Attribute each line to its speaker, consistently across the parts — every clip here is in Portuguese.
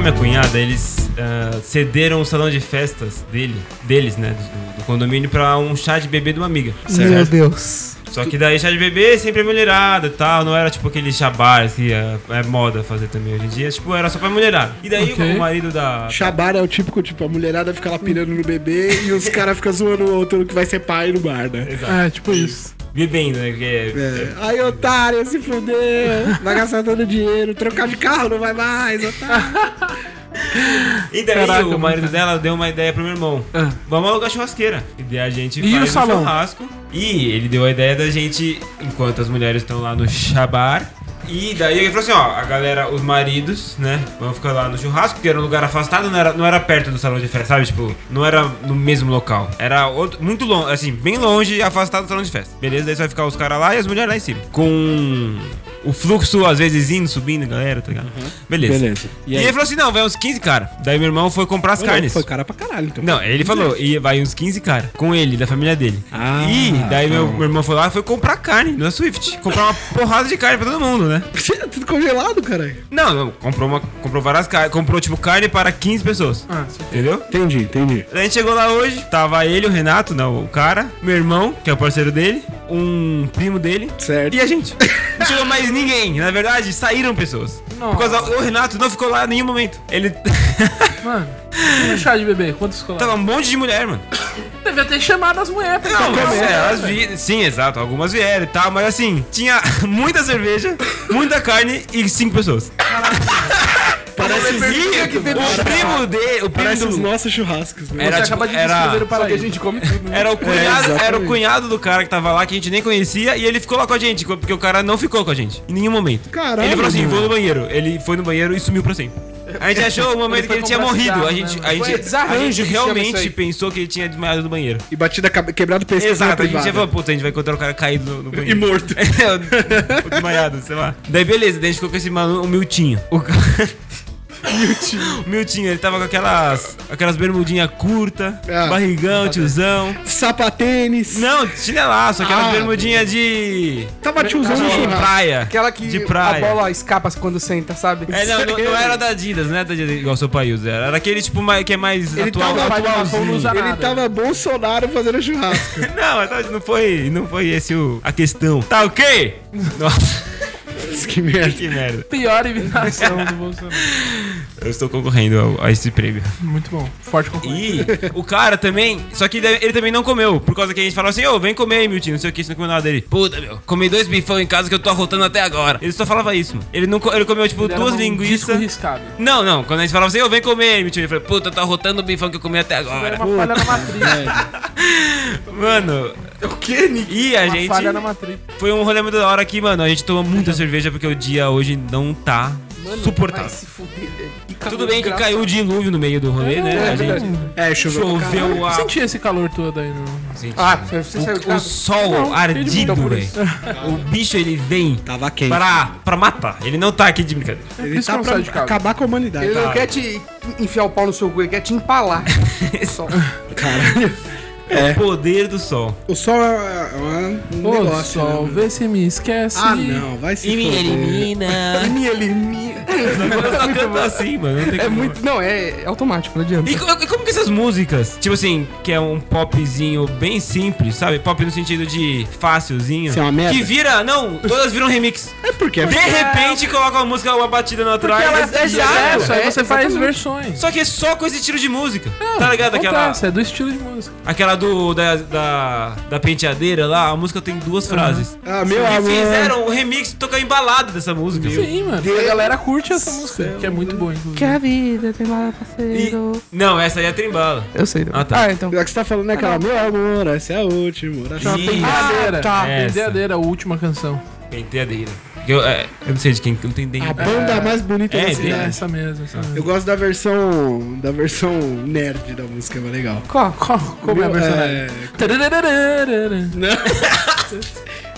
Speaker 1: minha cunhada, eles ah, cederam o salão de festas dele, deles, né? Do, do condomínio pra um chá de bebê de uma amiga.
Speaker 2: Meu Deus.
Speaker 1: Só que daí chá de bebê sempre é mulherada e tal. Não era tipo aquele chá bar que é, é moda fazer também hoje em dia. Tipo, era só pra mulherada. E daí
Speaker 2: Ok.
Speaker 1: o marido da.
Speaker 3: Chabar é o típico, tipo, a mulherada fica lá pirando no bebê e os caras ficam zoando o outro que vai ser pai no bar, né?
Speaker 2: É, tipo isso.
Speaker 1: Bebendo, né? Que é-
Speaker 3: É. Aí, otário, se fudeu, vai gastar todo o dinheiro, trocar de carro não vai mais, otário.
Speaker 1: E daí
Speaker 2: Caraca,
Speaker 1: o marido
Speaker 2: muito-
Speaker 1: dela deu uma ideia pro meu irmão.
Speaker 2: Ah.
Speaker 1: Vamos alugar churrasqueira. E daí a gente
Speaker 2: E o
Speaker 1: faz um
Speaker 2: salão?
Speaker 1: churrasco. E ele deu a ideia da gente, enquanto as mulheres estão lá no chabar. E daí ele falou assim, ó, a galera, os maridos, né, vão ficar lá no churrasco, porque era um lugar afastado, não era, não era perto do salão de festa, sabe? Tipo, não era no mesmo local. Era outro, muito longe, assim, bem longe, afastado do salão de festa. Beleza, daí só vai ficar os caras lá e as mulheres lá em cima. Com o fluxo, às vezes, indo, subindo, galera, tá ligado? Beleza.
Speaker 3: Beleza.
Speaker 1: E, ele falou assim, não, vai uns 15 cara. Daí meu irmão foi comprar as carnes.
Speaker 3: Foi cara pra caralho, então.
Speaker 1: Não, ele falou, e vai uns 15 cara, com ele, da família dele.
Speaker 3: Ah,
Speaker 1: e daí meu, meu irmão foi lá e foi comprar carne na Swift. Comprar uma porrada de carne pra todo mundo, né?
Speaker 3: Tudo congelado, caralho.
Speaker 1: Não, não, comprou, uma, comprou várias carnes. Comprou, tipo, carne para 15 pessoas.
Speaker 2: Ah, sim.
Speaker 1: Entendeu?
Speaker 3: Entendi, entendi.
Speaker 1: Daí a gente chegou lá hoje, tava ele, o Renato, não, o cara, meu irmão, que é o parceiro dele, um primo dele,
Speaker 3: Certo.
Speaker 1: e a gente? Não chegou mais ninguém. Na verdade, saíram pessoas.
Speaker 2: Nossa.
Speaker 1: Por causa o Renato não ficou lá em nenhum momento. Ele
Speaker 2: Mano, no chá de bebê, quantos colaram?
Speaker 1: tava um monte de mulher, mano.
Speaker 2: Devia ter chamado as mulheres pra
Speaker 1: Não,
Speaker 2: comer,
Speaker 1: mas, é,
Speaker 2: né,
Speaker 1: elas
Speaker 2: velho?
Speaker 1: vi... Sim, exato, algumas vieram e tal, mas assim, tinha muita cerveja, muita carne e cinco pessoas.
Speaker 3: Parece,
Speaker 1: E
Speaker 2: pergunta que teve
Speaker 1: o primo dele, o primo
Speaker 3: parece um
Speaker 1: do-
Speaker 3: os nossos churrascos, né?
Speaker 1: Era,
Speaker 2: Você
Speaker 1: tipo,
Speaker 2: acaba de
Speaker 1: era-
Speaker 2: descrever o
Speaker 4: Só que a
Speaker 2: paraíso.
Speaker 4: gente come tudo. né?
Speaker 1: Era o, cunhado,
Speaker 3: exatamente.
Speaker 1: era o cunhado do cara que tava lá, que a gente nem conhecia, e ele ficou lá com a gente, porque o cara não ficou com a gente, em nenhum momento.
Speaker 3: Caralho,
Speaker 1: ele falou assim,
Speaker 3: mano.
Speaker 1: vou no banheiro. Ele foi no banheiro e sumiu pra sempre. A gente achou o momento
Speaker 2: Ele
Speaker 1: que
Speaker 2: foi
Speaker 1: ele tinha
Speaker 2: comprar
Speaker 1: morrido.
Speaker 2: cigarro,
Speaker 1: A gente,
Speaker 2: né,
Speaker 1: a
Speaker 2: mano?
Speaker 1: gente,
Speaker 4: Foi desarranjo
Speaker 1: a gente
Speaker 4: que chama isso
Speaker 1: realmente
Speaker 4: aí.
Speaker 1: pensou que ele tinha desmaiado no banheiro.
Speaker 3: E batida, cabe- quebrado é o pescoço na
Speaker 1: Exato, a gente já
Speaker 3: privada.
Speaker 1: falou, puta, a gente vai encontrar o cara caído no, no
Speaker 3: E
Speaker 1: banheiro.
Speaker 3: morto.
Speaker 1: É, o- o desmaiado, sei lá. Daí beleza, daí a gente ficou com esse maluco, o Miltinho. O cara... Miltinho. O Miltinho, ele tava com aquelas, aquelas bermudinhas curtas,
Speaker 3: Ah,
Speaker 1: barrigão, tiozão.
Speaker 3: Sapatênis.
Speaker 1: Não, chinelaço, aquelas
Speaker 3: Ah.
Speaker 1: bermudinhas de...
Speaker 3: Tava te usando
Speaker 1: de praia.
Speaker 4: Aquela que
Speaker 1: De praia.
Speaker 4: a bola escapa quando senta, sabe?
Speaker 1: É, não, não, não era da Adidas, né? Da Adidas, igual o seu pai usa. Era aquele tipo mais, que é mais
Speaker 3: Ele
Speaker 1: atual.
Speaker 3: tava-
Speaker 1: atualzinho.
Speaker 2: não usa
Speaker 3: Ele
Speaker 2: nada.
Speaker 3: tava Bolsonaro fazendo churrasco.
Speaker 1: Não, mas tá- não foi, não foi esse o, a questão. Tá ok? Nossa,
Speaker 3: que merda.
Speaker 1: que merda.
Speaker 2: Pior invitação do Bolsonaro.
Speaker 1: Eu estou concorrendo ao- a esse prêmio.
Speaker 2: Muito bom. Forte concorrente.
Speaker 1: E tipo, o cara também. Só que ele ele também não comeu. Por causa que a gente falou assim: Ô, vem comer aí, Milton. Não sei o que, você não comeu nada dele. Puta, meu. Comi dois bifão em casa que eu tô arrotando até agora. Ele só falava isso, mano. Ele, não, co- ele comeu, tipo,
Speaker 2: Ele era
Speaker 1: duas
Speaker 2: um disco
Speaker 1: linguiças.
Speaker 2: riscado.
Speaker 1: Não, não. Quando a gente falava assim: Ô, vem comer aí, Milton. Ele falou: Puta, eu tô arrotando o bifão que eu comi até
Speaker 2: Era
Speaker 1: agora.
Speaker 2: uma falha na matriz.
Speaker 1: Mano. O que, E a
Speaker 2: Uma
Speaker 1: gente.
Speaker 2: falha na matriz.
Speaker 1: Foi um rolê muito da hora aqui, mano. A gente tomou muita cerveja porque o dia hoje não tá suportável.
Speaker 4: Vai se fuder, velho. Que
Speaker 1: Tudo bem que
Speaker 4: calor
Speaker 1: caiu o dilúvio no meio do rolê, né? A gente
Speaker 3: É, choveu.
Speaker 1: choveu
Speaker 2: Não
Speaker 1: a
Speaker 2: senti esse calor todo aí, não.
Speaker 1: Gente,
Speaker 4: Ah, você você saiu de
Speaker 1: o, o
Speaker 4: casa?
Speaker 1: sol
Speaker 2: Não, ele
Speaker 1: ardido,
Speaker 2: mudou por
Speaker 1: velho.
Speaker 2: isso.
Speaker 1: O bicho ele vem
Speaker 3: Tava quente.
Speaker 1: pra, pra matar. Ele não tá aqui de brincadeira.
Speaker 2: Por
Speaker 3: Ele
Speaker 2: isso que
Speaker 3: tá
Speaker 2: eu não
Speaker 3: pra
Speaker 2: saio de casa.
Speaker 3: acabar com a humanidade.
Speaker 4: Ele
Speaker 1: Tá.
Speaker 4: não quer te enfiar o pau no seu cu, ele quer te empalar. Só.
Speaker 3: Caralho.
Speaker 1: O poder do sol.
Speaker 3: O sol é, é um
Speaker 2: Ô,
Speaker 3: negócio. né,
Speaker 2: sol,
Speaker 3: mano?
Speaker 2: vê se me esquece.
Speaker 3: Ah, não. Vai se foder.
Speaker 4: Me elimina.
Speaker 1: Eu só canto assim, mano. Não tem
Speaker 4: É
Speaker 1: como.
Speaker 4: muito. Não, é, é automático, não adianta.
Speaker 1: E co- e como que essas músicas, tipo assim, que é um popzinho bem simples, sabe? Pop no sentido de fácilzinho.
Speaker 3: Isso é uma merda.
Speaker 1: Que vira, não, todas viram remix.
Speaker 3: É porque é
Speaker 1: De repente coloca uma música, uma batida na trás.
Speaker 2: ela
Speaker 1: e-
Speaker 2: é
Speaker 4: sucesso,
Speaker 2: sucesso, aí
Speaker 4: é,
Speaker 2: você faz
Speaker 4: exatamente.
Speaker 2: versões.
Speaker 1: Só que é só com esse estilo de música. tá ligado? Aquela,
Speaker 2: Acontece, é do estilo de música.
Speaker 1: Aquela do. Da, da, da penteadeira lá, a música tem duas frases.
Speaker 3: Ah, meu
Speaker 1: E
Speaker 3: amor.
Speaker 1: fizeram o remix tocar embalado dessa música.
Speaker 2: Sim, mano. E a galera curte essa música, que é muito boa, inclusive.
Speaker 4: a vida tem lá
Speaker 1: E-
Speaker 4: parceiro.
Speaker 1: Não, essa aí é a trimbala.
Speaker 4: Eu sei.
Speaker 1: Ah, tá.
Speaker 4: então.
Speaker 3: O que você tá falando é aquela, meu amor, essa é a última. essa é a
Speaker 1: Ih.
Speaker 3: última.
Speaker 2: Penteadeira.
Speaker 4: Ah, tá.
Speaker 1: Essa.
Speaker 2: Penteadeira, a última canção.
Speaker 1: Penteadeira. Eu, é, eu não sei de quem, não tem nem.
Speaker 2: Ah,
Speaker 3: A banda mais bonita
Speaker 1: É,
Speaker 3: da
Speaker 2: É,
Speaker 3: cidade.
Speaker 2: essa mesmo, essa mesmo.
Speaker 3: Eu gosto da versão. Da versão nerd da música, é mais legal.
Speaker 4: Qual?
Speaker 2: Qual- Como é a
Speaker 3: Meu-
Speaker 2: personagem? Tararararara.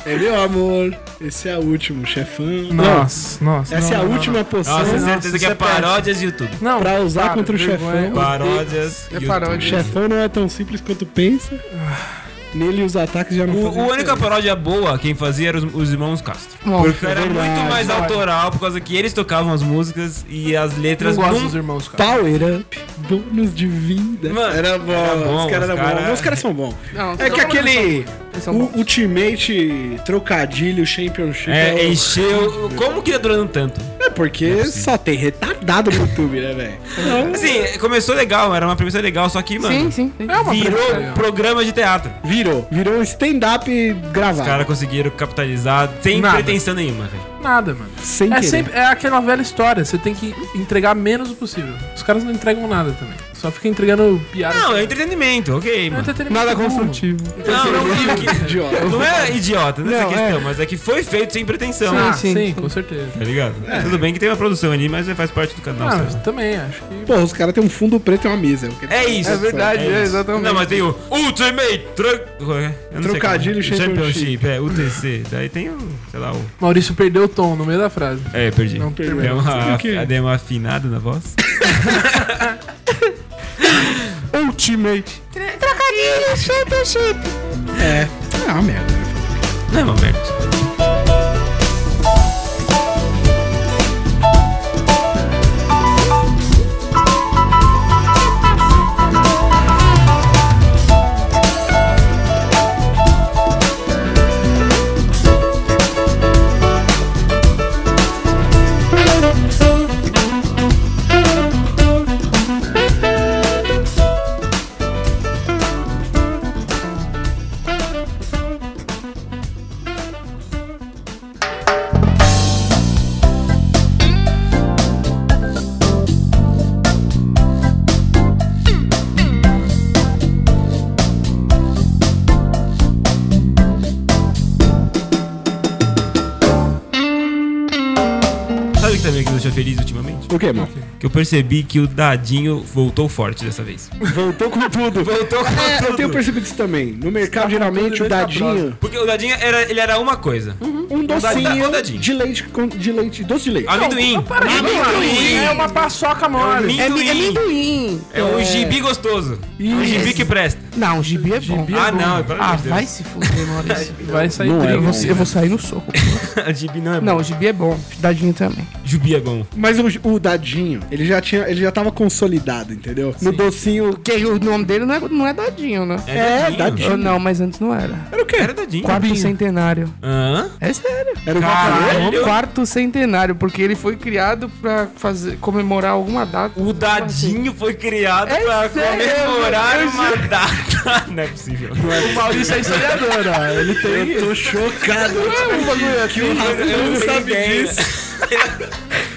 Speaker 3: É, é meu amor, esse é o último, chefão.
Speaker 2: Nossa, nossa.
Speaker 3: Não, essa
Speaker 2: não,
Speaker 3: é a
Speaker 2: não,
Speaker 3: última poção
Speaker 1: Nossa,
Speaker 2: Nossa,
Speaker 1: certeza que
Speaker 2: isso
Speaker 1: é
Speaker 2: é péssimo.
Speaker 1: paródias YouTube.
Speaker 2: Não,
Speaker 3: pra usar
Speaker 2: para,
Speaker 3: contra o
Speaker 2: vergonha.
Speaker 3: chefão.
Speaker 1: Paródias.
Speaker 4: É paródia.
Speaker 3: Chefão não é tão simples quanto pensa. Nele os ataques já não
Speaker 1: O,
Speaker 3: fazem
Speaker 1: a única
Speaker 3: diferença.
Speaker 1: paródia boa quem fazia eram os, os irmãos Castro.
Speaker 4: Não,
Speaker 1: Porque era
Speaker 3: verdade,
Speaker 1: muito mais
Speaker 3: olha.
Speaker 1: autoral, por causa que eles tocavam as músicas e as
Speaker 2: não
Speaker 1: letras
Speaker 2: gosto
Speaker 1: nunca
Speaker 2: dos irmãos, cara.
Speaker 3: Power Up, bônus de vida.
Speaker 1: Mano,
Speaker 3: era bom,
Speaker 1: era bom,
Speaker 3: os caras
Speaker 1: os
Speaker 3: eram
Speaker 1: cara-
Speaker 3: bons. Os caras são bons.
Speaker 4: Não,
Speaker 3: É que
Speaker 4: não,
Speaker 3: aquele
Speaker 4: eles são bons.
Speaker 3: u- Ultimate Trocadilho Championship.
Speaker 1: É,
Speaker 3: o-
Speaker 1: encheu. Como que tá durando tanto?
Speaker 3: É porque só tem retardado no YouTube, né, velho?
Speaker 1: Assim, começou legal, era uma premissa legal, só que, mano,
Speaker 4: Sim, sim.
Speaker 2: É uma
Speaker 1: virou
Speaker 2: premissa.
Speaker 1: programa de teatro.
Speaker 3: Virou. Virou um stand-up
Speaker 1: Os
Speaker 3: gravado.
Speaker 1: caras conseguiram capitalizar sem
Speaker 2: Nada.
Speaker 1: pretensão nenhuma, velho.
Speaker 2: Nada, mano.
Speaker 3: Sem
Speaker 2: É,
Speaker 3: querer.
Speaker 2: sempre, é aquela velha história, você tem que entregar menos o possível. Os caras não entregam nada também. Só fica entregando piada.
Speaker 1: Não, é entretenimento, ok,
Speaker 2: Não é
Speaker 1: mano.
Speaker 2: entretenimento
Speaker 3: Nada
Speaker 2: nenhum.
Speaker 3: construtivo.
Speaker 1: Não, não, digo que-
Speaker 3: Idiota.
Speaker 1: não é idiota nessa
Speaker 3: Não,
Speaker 1: questão, mas é que foi feito sem pretensão.
Speaker 2: Ah,
Speaker 4: Sim,
Speaker 2: sim,
Speaker 4: sim, sim.
Speaker 2: com certeza.
Speaker 1: Tá ligado? Tudo bem que tem uma produção ali, mas faz parte do canal.
Speaker 2: ah,
Speaker 1: sabe?
Speaker 2: mas também acho que.
Speaker 3: Pô, os caras têm um fundo preto e uma mesa. o que-
Speaker 1: É isso.
Speaker 4: É verdade, é,
Speaker 1: isso.
Speaker 4: exatamente.
Speaker 1: Não, mas tem o Ultimate Tru- Eu não sei
Speaker 3: Trocadilho
Speaker 1: como é.
Speaker 3: Championship.
Speaker 1: Championship. É, UTC. Daí tem o, sei lá, o...
Speaker 2: Maurício perdeu o tom no meio da frase.
Speaker 1: É, perdi.
Speaker 2: Não
Speaker 3: perdeu.
Speaker 1: Deu uma,
Speaker 3: O quê?
Speaker 1: dei uma afinada na voz.
Speaker 3: É Ultimate. Trocadilho Championship. É. Ah, merda.
Speaker 1: Não é uma merda. Sabe o que também que me deixou feliz ultimamente?
Speaker 3: O que, mano?
Speaker 1: Que eu percebi que o dadinho voltou forte dessa vez.
Speaker 3: Voltou com tudo.
Speaker 1: Voltou com
Speaker 3: É, eu
Speaker 1: tudo.
Speaker 3: tenho percebido isso também. No mercado, geralmente, o dadinho...
Speaker 1: Porque o dadinho, era, ele era uma coisa.
Speaker 3: Um
Speaker 1: dadinho, um
Speaker 3: docinho
Speaker 1: dadinho.
Speaker 3: de leite, com, de leite, doce de leite.
Speaker 1: Amendoim.
Speaker 2: Para de falar,
Speaker 1: Amendoim.
Speaker 2: É uma paçoca mole.
Speaker 4: É mi- é
Speaker 1: Amendoim.
Speaker 4: amendoim.
Speaker 1: É um gibi gostoso. É um gibi que presta.
Speaker 4: Não, gibi é bom.
Speaker 2: Gibi é
Speaker 1: Ah,
Speaker 2: bom.
Speaker 1: não. Pelo
Speaker 4: Ah,
Speaker 1: amor de Deus.
Speaker 4: vai se fuder, Maurício.
Speaker 2: Vai sair
Speaker 3: Não é
Speaker 2: briga.
Speaker 4: Eu vou, eu vou sair no soco.
Speaker 1: gibi não é bom.
Speaker 4: Não, gibi é bom. Dadinho também.
Speaker 1: Jubi é bom.
Speaker 3: Mas o, o dadinho, ele já tinha, ele já tava consolidado, entendeu? No docinho.
Speaker 4: Porque o nome dele não é, não é Dadinho, né?
Speaker 3: É,
Speaker 1: dadinho.
Speaker 3: dadinho.
Speaker 4: Ou não, mas antes não era.
Speaker 1: Era um o quê? É, Era dadinho.
Speaker 4: Quarto centenário.
Speaker 1: Hã?
Speaker 4: É sério.
Speaker 3: Era o
Speaker 1: Caralho.
Speaker 3: Vaporão?
Speaker 4: É um Quarto centenário, porque ele foi criado pra fazer, comemorar alguma data.
Speaker 1: O dadinho foi criado
Speaker 4: É
Speaker 1: pra
Speaker 4: sério,
Speaker 1: comemorar
Speaker 4: eu
Speaker 1: uma data. Não é possível.
Speaker 2: O Maurício é historiador, ó. Ele tem.
Speaker 3: Eu tô chocado. que o Rafa não sabe disso.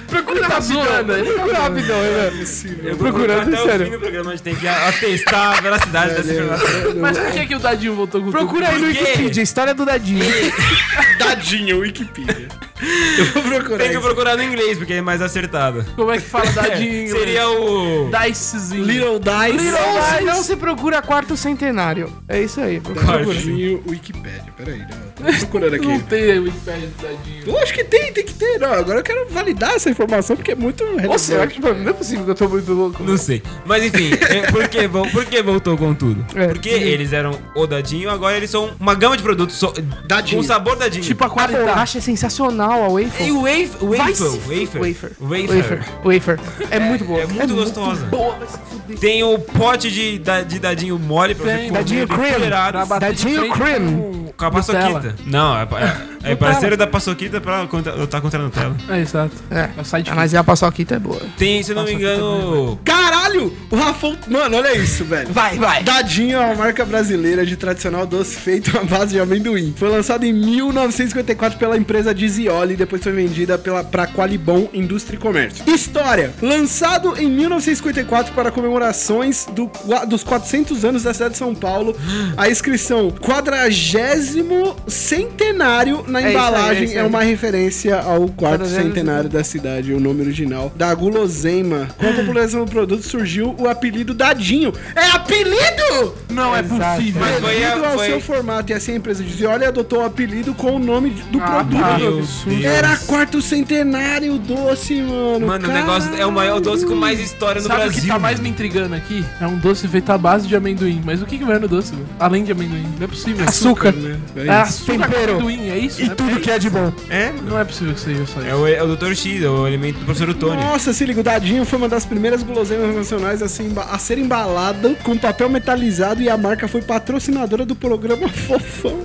Speaker 2: Procura razão, né?
Speaker 4: Procura rapidão, né?
Speaker 1: Eu
Speaker 4: Procurando,
Speaker 1: procurando, até
Speaker 4: sério.
Speaker 1: o fim do programa, a gente tem que atestar a veracidade dessa informação.
Speaker 2: Mas por que, que o Dadinho voltou com
Speaker 4: Procura aí no
Speaker 1: Por quê?
Speaker 4: Wikipedia, história do Dadinho.
Speaker 3: Dadinho, Wikipedia. Eu vou procurar.
Speaker 1: Tem que
Speaker 3: isso.
Speaker 1: procurar no inglês, porque é mais acertado.
Speaker 2: tudo? Como é que fala Dadinho em
Speaker 1: É,
Speaker 2: inglês?
Speaker 1: seria o...
Speaker 2: Dicezinho.
Speaker 3: Little Dice.
Speaker 2: Little-
Speaker 4: Ou se
Speaker 2: Mas-
Speaker 4: não, se procura quarto centenário. É isso aí. Procura.
Speaker 1: Quarto.
Speaker 3: Dadinho, Wikipedia. Peraí, não. eu Tô procurando
Speaker 2: Não
Speaker 3: aqui.
Speaker 2: tem Wikipedia do Dadinho.
Speaker 3: Eu acho que tem, tem que ter. Não, agora eu quero validar essa informação porque é muito relevante.
Speaker 4: Ou será que não é possível que eu tô muito louco?
Speaker 1: Não sei. Mas enfim, é, por, que, vo- por que voltou com tudo?
Speaker 4: É.
Speaker 1: Porque eles eram o dadinho, agora eles são uma gama de produtos só-
Speaker 3: Dadinho.
Speaker 1: com sabor dadinho.
Speaker 2: Tipo a
Speaker 4: A
Speaker 2: qualidade.
Speaker 4: borracha é sensacional, a
Speaker 1: E
Speaker 4: wafer.
Speaker 1: o wafer,
Speaker 4: Vai
Speaker 1: wafer,
Speaker 4: se-
Speaker 1: wafer,
Speaker 4: wafer.
Speaker 1: wafer.
Speaker 4: Wafer. Wafer. É muito boa.
Speaker 1: é muito gostosa.
Speaker 4: boa, vai se fuder.
Speaker 1: Tem o pote de, da- de dadinho mole pra
Speaker 2: Tem,
Speaker 1: você comer.
Speaker 4: dadinho
Speaker 1: ele
Speaker 4: cream.
Speaker 1: temperado,
Speaker 2: Pra bater de
Speaker 4: Dadinho
Speaker 2: frente
Speaker 4: cream.
Speaker 2: com-
Speaker 1: Com a paçoquita. Não, é, pa- é, é parceiro da paçoquita pra contra- lutar contra a Nutella.
Speaker 2: É, exato.
Speaker 4: É.
Speaker 2: É o site
Speaker 4: Mas a paçoquita é boa.
Speaker 1: Tem, se eu não me engano.
Speaker 3: Caralho! O Rafa. Mano, olha isso, velho.
Speaker 4: Vai, vai.
Speaker 3: Dadinho é uma marca brasileira de tradicional doce feito à base de amendoim. Foi lançada em 1954 pela empresa Dizioli e depois foi vendida pela para Qualibon Indústria e Comércio. História: lançado em 1954 para comemorações do qua- dos 400 anos da cidade de São Paulo, a inscrição 40 centenário na na
Speaker 4: É isso aí, é
Speaker 3: embalagem
Speaker 4: isso
Speaker 3: é,
Speaker 4: aí.
Speaker 3: uma referência ao quarto
Speaker 4: Quarto
Speaker 3: centenário da cidade, o nome original da guloseima. Com a população do produto surgiu o apelido Dadinho. É apelido!
Speaker 2: Não é
Speaker 4: Exato.
Speaker 2: possível.
Speaker 1: Mas foi
Speaker 3: Devido
Speaker 1: a.
Speaker 3: ao seu
Speaker 1: Foi...
Speaker 3: formato e assim a empresa de óleo adotou o apelido com o nome de- do
Speaker 2: Ah,
Speaker 3: produto.
Speaker 2: tá.
Speaker 1: Deus, Deus.
Speaker 3: Era quarto centenário doce, mano.
Speaker 1: Mano, o negócio é o maior doce com mais história no
Speaker 2: Sabe o
Speaker 1: Brasil.
Speaker 2: que tá mais me intrigando aqui? É um doce feito à base de amendoim. Mas o que que vai no doce? velho? Além de amendoim. Não é possível.
Speaker 3: açúcar.
Speaker 2: É
Speaker 3: Ah,
Speaker 2: açúcar
Speaker 4: Tempero.
Speaker 2: com amendoim, é isso?
Speaker 5: E tudo que é de bom.
Speaker 1: É,
Speaker 2: Não é possível que seja só
Speaker 1: é
Speaker 2: isso.
Speaker 1: o, é o Dr. X, é o alimento do professor Otônio.
Speaker 3: Nossa, se liga, o dadinho foi uma das primeiras guloseimas nacionais a ser, emba- a ser embalada com papel metalizado e a marca foi patrocinadora do programa Fofão.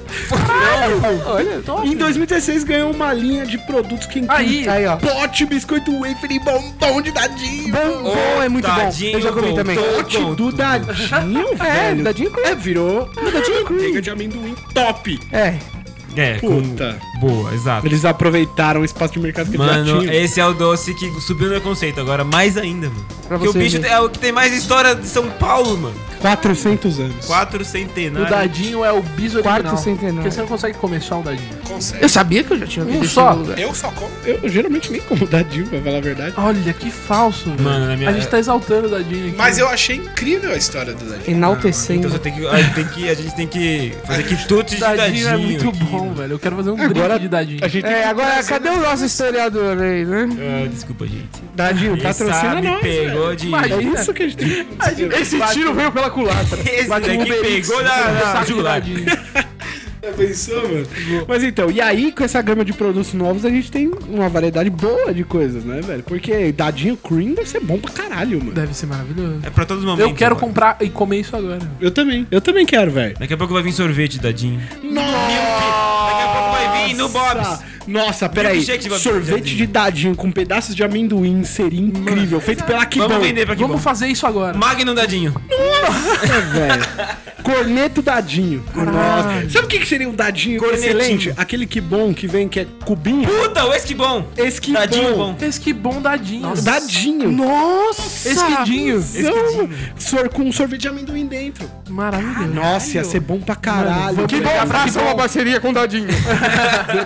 Speaker 4: Olha,
Speaker 3: Em 2016 ganhou uma linha de produtos que inclui
Speaker 2: Aí,
Speaker 4: Aí, ó.
Speaker 3: pote, biscoito wafer e bombom de dadinho.
Speaker 4: Bom, bom é muito bom. Eu já comi também.
Speaker 3: Pote do dadinho,
Speaker 4: É,
Speaker 3: velho.
Speaker 4: dadinho cream.
Speaker 3: É, virou
Speaker 4: Dadinho cream.
Speaker 3: manteiga de amendoim top.
Speaker 4: É,
Speaker 1: É,
Speaker 3: Puta.
Speaker 1: com... Boa, exato.
Speaker 3: Eles aproveitaram o espaço de mercado que já
Speaker 1: Mano,
Speaker 3: tinha.
Speaker 1: esse é o doce que subiu meu conceito agora, mais ainda, mano.
Speaker 4: Pra
Speaker 1: Porque o
Speaker 4: você
Speaker 1: bicho
Speaker 4: ver.
Speaker 1: é o que tem mais história de São Paulo, mano.
Speaker 3: 400 anos.
Speaker 1: Quatro
Speaker 2: O
Speaker 1: centenários.
Speaker 2: dadinho é o bis original.
Speaker 4: Quarto centenário.
Speaker 2: Porque você não consegue comer só o dadinho.
Speaker 4: eu sabia que eu já tinha
Speaker 2: Um
Speaker 4: visto
Speaker 2: só?
Speaker 4: em algum lugar.
Speaker 5: Eu só como.
Speaker 3: Eu geralmente nem como dadinho, pra falar a verdade.
Speaker 2: Olha, que falso. velho.
Speaker 1: Mano, na minha-
Speaker 2: A gente tá exaltando o dadinho aqui.
Speaker 5: Mas eu achei incrível a história do Dadinho.
Speaker 4: Enaltecendo.
Speaker 1: Então você tem que, a, gente tem que, a gente tem que fazer quitutes
Speaker 2: O
Speaker 1: de
Speaker 2: dadinho
Speaker 1: dadinho.
Speaker 2: é muito
Speaker 1: aqui,
Speaker 2: bom,
Speaker 1: mano.
Speaker 2: velho. Eu quero fazer um
Speaker 3: Agora-
Speaker 2: brinde de dadinho.
Speaker 3: A gente
Speaker 4: É, agora cadê o nosso historiador aí, né?
Speaker 1: Ah, desculpa, gente.
Speaker 4: um,
Speaker 3: Dadinho,
Speaker 1: Quem sabe pegou de.
Speaker 2: Imagina.
Speaker 3: É isso que a gente tem que fazer.
Speaker 4: Esse tiro veio pela culatra.
Speaker 1: Esse
Speaker 2: Bate um
Speaker 1: daqui
Speaker 2: Uber Eats,
Speaker 1: pegou na-
Speaker 2: um
Speaker 1: na
Speaker 2: saco de
Speaker 1: jugular.
Speaker 2: dadinho.
Speaker 3: Pensou, Tá mano? Mas então, e aí com essa gama de produtos novos a gente tem uma variedade boa de coisas, né, velho? Porque dadinho cream deve ser bom pra caralho, mano.
Speaker 2: Deve ser maravilhoso.
Speaker 1: É pra todos os momentos.
Speaker 2: Eu quero
Speaker 1: agora. Tá
Speaker 2: comprar e comer isso agora.
Speaker 3: Eu também. Eu também quero, velho.
Speaker 1: Daqui a pouco vai vir sorvete, dadinho.
Speaker 3: Nossa!
Speaker 1: Daqui a pouco vai vir no Bob's.
Speaker 3: Nossa, peraí.
Speaker 1: Milkshake de
Speaker 3: Sorvete
Speaker 1: dadinho.
Speaker 3: de dadinho com pedaços de amendoim seria incrível. Feito pela Kibon.
Speaker 1: Vamos vender pra que
Speaker 2: Vamos
Speaker 1: bom.
Speaker 2: fazer isso agora.
Speaker 1: Magnum dadinho.
Speaker 3: É, velho. Corneto dadinho. Nossa. Sabe o que, que seria um dadinho
Speaker 1: Cornetinho.
Speaker 3: excelente? Aquele que bom que vem, que é cubinho.
Speaker 1: Puta, o que bom.
Speaker 3: Esse que
Speaker 1: Dadinho bom.
Speaker 2: Esse que bom dadinho.
Speaker 3: Dadinho.
Speaker 4: Nossa!
Speaker 2: Esse que dinho.
Speaker 3: Não, sor- com um sorvete de amendoim dentro.
Speaker 2: Maravilhoso.
Speaker 3: Nossa, ia ser bom pra caralho.
Speaker 2: Mano,
Speaker 3: que
Speaker 2: vamos-
Speaker 3: bom,
Speaker 4: Abraça uma parceria com o Dadinho.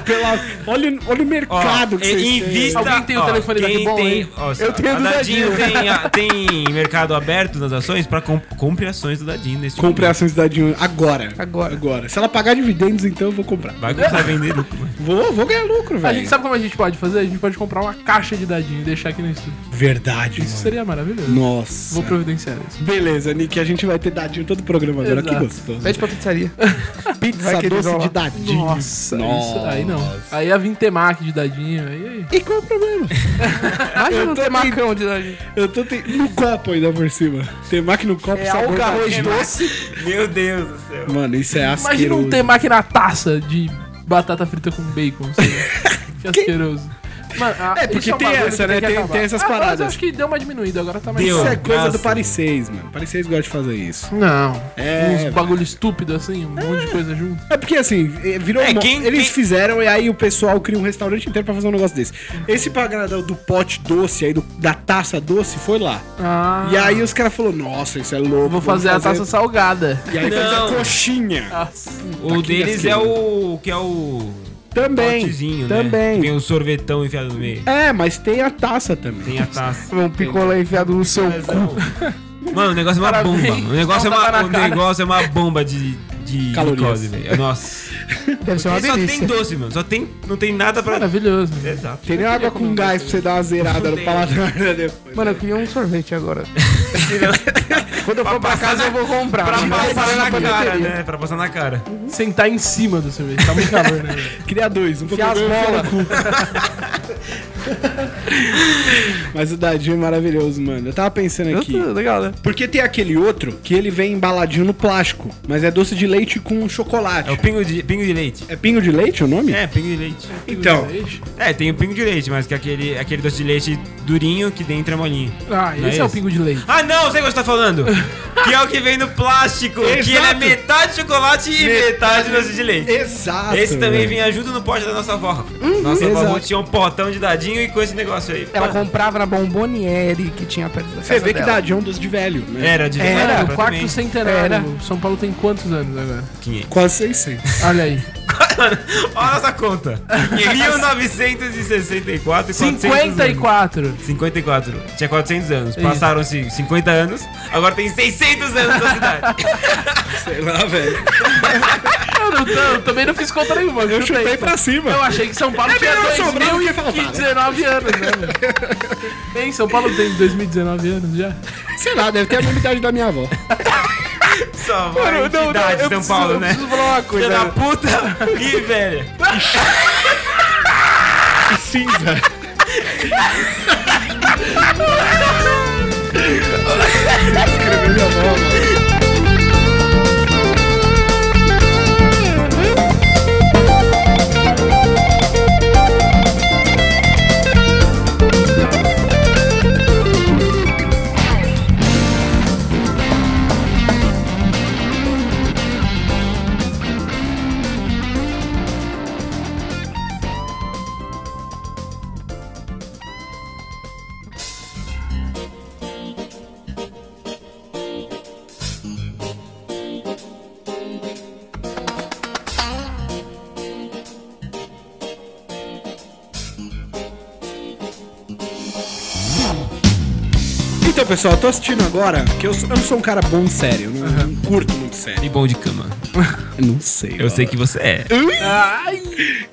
Speaker 3: pela... olha, olha
Speaker 1: Ó,
Speaker 3: o mercado que
Speaker 1: e-
Speaker 3: vocês têm.
Speaker 1: invista,
Speaker 2: Alguém tem o telefone da
Speaker 1: quem
Speaker 2: Kibon
Speaker 1: tem-
Speaker 2: aí?
Speaker 1: ó,
Speaker 4: Eu tenho
Speaker 1: o
Speaker 4: do
Speaker 1: Dadinho.
Speaker 4: Dadinho.
Speaker 1: Tem, a- tem mercado aberto nas ações pra comp compre ações do Dadinho nesse
Speaker 3: Compre ações do dadinho um agora.
Speaker 4: Agora.
Speaker 3: Agora. Se ela pagar dividendos, então eu vou comprar.
Speaker 1: Vai começar a vender lucro, mano.
Speaker 3: Vou, vou ganhar lucro,
Speaker 2: A gente
Speaker 3: velho.
Speaker 2: sabe como a gente pode fazer? A gente pode comprar uma caixa de dadinho e deixar aqui no estúdio.
Speaker 3: Verdade.
Speaker 2: Isso seria maravilhoso.
Speaker 3: Nossa.
Speaker 2: Vou providenciar isso.
Speaker 3: Beleza, Nick, a gente vai ter dadinho todo o programa agora.
Speaker 2: Exato.
Speaker 3: Que gostoso.
Speaker 4: Pede pra pizzaria.
Speaker 3: Pizza
Speaker 4: Vai que eles
Speaker 3: doce
Speaker 4: vão
Speaker 3: de
Speaker 4: lá.
Speaker 3: dadinho.
Speaker 2: Isso, aí não. Aí a Vintemac de dadinho. Aí, aí.
Speaker 3: E qual é o problema?
Speaker 4: Imagina um
Speaker 3: Eu
Speaker 4: não
Speaker 3: tô
Speaker 4: ter macão de Dadinho.
Speaker 3: Eu tô te- no copo ainda por cima. Temac no copo,
Speaker 4: É
Speaker 3: sabor
Speaker 4: alga, arroz
Speaker 3: dadinho.
Speaker 4: doce.
Speaker 1: Meu Deus do céu.
Speaker 3: Mano, isso é
Speaker 2: Imagina
Speaker 3: asqueroso.
Speaker 2: um Temac na taça de batata frita com bacon. sei lá. que asqueroso. Mano, a-
Speaker 3: É, porque
Speaker 2: esse um
Speaker 3: tem
Speaker 2: bagulho
Speaker 3: essa,
Speaker 2: que
Speaker 3: né?
Speaker 2: que
Speaker 3: Tem-
Speaker 2: acabar.
Speaker 3: tem essas
Speaker 2: Ah, mas
Speaker 3: paradas.
Speaker 2: eu acho que deu uma diminuída, agora tá mais...
Speaker 1: Deu.
Speaker 3: Isso é coisa
Speaker 1: Nossa.
Speaker 3: do Paris 6, mano. Paris 6 gosta de fazer isso.
Speaker 2: Não.
Speaker 3: É,
Speaker 2: Uns bagulho estúpido assim, um monte de coisa junto.
Speaker 3: É porque assim, eh, virou.
Speaker 1: É,
Speaker 3: mo-
Speaker 1: quem-
Speaker 3: eles
Speaker 1: quem-
Speaker 3: fizeram e aí o pessoal cria um restaurante inteiro pra fazer um negócio desse. Esse pra agradar o do pote doce, aí do- da taça doce, foi lá.
Speaker 2: Ah,
Speaker 3: E aí os caras falaram, nossa, isso é louco.
Speaker 2: vou
Speaker 3: vamos
Speaker 2: fazer a taça salgada.
Speaker 3: E aí fez a
Speaker 1: Não. Ah,
Speaker 3: coxinha.
Speaker 1: O
Speaker 3: que
Speaker 1: deles é o que é o
Speaker 3: Também.
Speaker 1: potezinho, né?
Speaker 3: também.
Speaker 1: Que Tem o sorvetão enfiado no meio.
Speaker 3: É, mas tem a taça também.
Speaker 1: Tem a taça.
Speaker 4: Um picolé enfiado no seu
Speaker 1: Mas, é, ó, Mano, o negócio é uma
Speaker 2: Parabéns.
Speaker 1: bomba. O negócio, é
Speaker 2: Dá um tapa
Speaker 1: uma,
Speaker 2: na
Speaker 1: o
Speaker 2: cara.
Speaker 1: negócio é uma bomba de, de
Speaker 3: Calorias.
Speaker 1: glicose,
Speaker 3: é
Speaker 1: velho. Nossa.
Speaker 4: Deve ser uma
Speaker 1: E só tem
Speaker 4: delícia.
Speaker 1: doce, mano. Só tem. Não tem nada pra.
Speaker 2: Maravilhoso.
Speaker 3: É.
Speaker 1: Exato.
Speaker 3: Tem nem água com gás pra você dar uma zerada no
Speaker 1: tem.
Speaker 3: paladar né, depois.
Speaker 4: Mano, eu queria um sorvete agora. Quando eu for pra casa, eu vou comprar.
Speaker 1: Pra
Speaker 4: Mas vai parar
Speaker 1: passar na cara,
Speaker 4: sorveteria.
Speaker 1: né? Pra passar na cara.
Speaker 2: Sentar em cima do sorvete. Tá muito calor, né? velho?
Speaker 3: Cria dois, um
Speaker 4: Enfiar as
Speaker 3: programa e um
Speaker 4: bolas.
Speaker 3: Mas o dadinho é maravilhoso, mano. Eu tava pensando aqui.
Speaker 4: Nossa, Legal, né?
Speaker 3: Porque tem aquele outro que ele vem embaladinho no plástico, mas é doce de leite com chocolate.
Speaker 1: É o pingo de, pingo de leite.
Speaker 3: É pingo de leite o nome?
Speaker 1: É, pingo de leite.
Speaker 3: Então.
Speaker 1: É, tem o pingo de leite, mas que é aquele, aquele doce de leite durinho que dentro é molinho.
Speaker 2: Ah,
Speaker 1: Não é
Speaker 2: esse é, o
Speaker 1: esse?
Speaker 2: pingo de leite.
Speaker 1: Ah, não, sei o que você tá falando. que é o que vem no plástico. Que ele é
Speaker 3: Exato.
Speaker 1: metade chocolate e metade doce de leite.
Speaker 3: Exato.
Speaker 1: Esse também
Speaker 3: velho.
Speaker 1: vinha junto no pote da nossa avó. nossa avó
Speaker 3: Exato.
Speaker 1: tinha um potão de dadinho e com esse negócio aí.
Speaker 4: Ela comprava na Bomboniere que tinha perto da
Speaker 3: Você vê que
Speaker 4: dá.
Speaker 3: dadinho é um doce de velho, né?
Speaker 1: Era de
Speaker 4: Era,
Speaker 1: verdade,
Speaker 2: o quarto
Speaker 3: É,
Speaker 1: praticamente.
Speaker 2: centenário.
Speaker 4: Era.
Speaker 2: São Paulo tem quantos anos agora?
Speaker 1: Quinhentos.
Speaker 3: Quase 600.
Speaker 2: Olha aí.
Speaker 1: Mano, olha a nossa conta. 1964 e um. 400 anos.
Speaker 2: 54.
Speaker 1: 54. Tinha 400 anos.
Speaker 2: Isso.
Speaker 1: Passaram-se 50 anos. Agora tem 600 anos na cidade.
Speaker 3: Sei lá, velho.
Speaker 2: Eu, não, eu também não fiz conta nenhuma.
Speaker 3: Eu chutei pra cima.
Speaker 2: Eu achei que São Paulo
Speaker 3: É
Speaker 2: tinha
Speaker 3: melhor sobrar do que
Speaker 2: 2019 anos, né, mano? Bem, São Paulo tem 2019 anos já.
Speaker 3: Sei lá, deve ter a mesma idade da minha avó.
Speaker 1: Só vai
Speaker 2: não, não,
Speaker 1: entidade
Speaker 2: eu
Speaker 1: São Paulo,
Speaker 2: preciso- eu
Speaker 1: né?
Speaker 2: preciso falar uma coisa.
Speaker 1: Filha da puta e velha.
Speaker 5: Cinza.
Speaker 3: Então, pessoal, eu tô assistindo agora, que eu, sou- eu não sou um cara bom de série, eu não, não curto muito série.
Speaker 1: E bom de cama.
Speaker 3: Não sei.
Speaker 1: Eu sei que você é.
Speaker 3: Ai.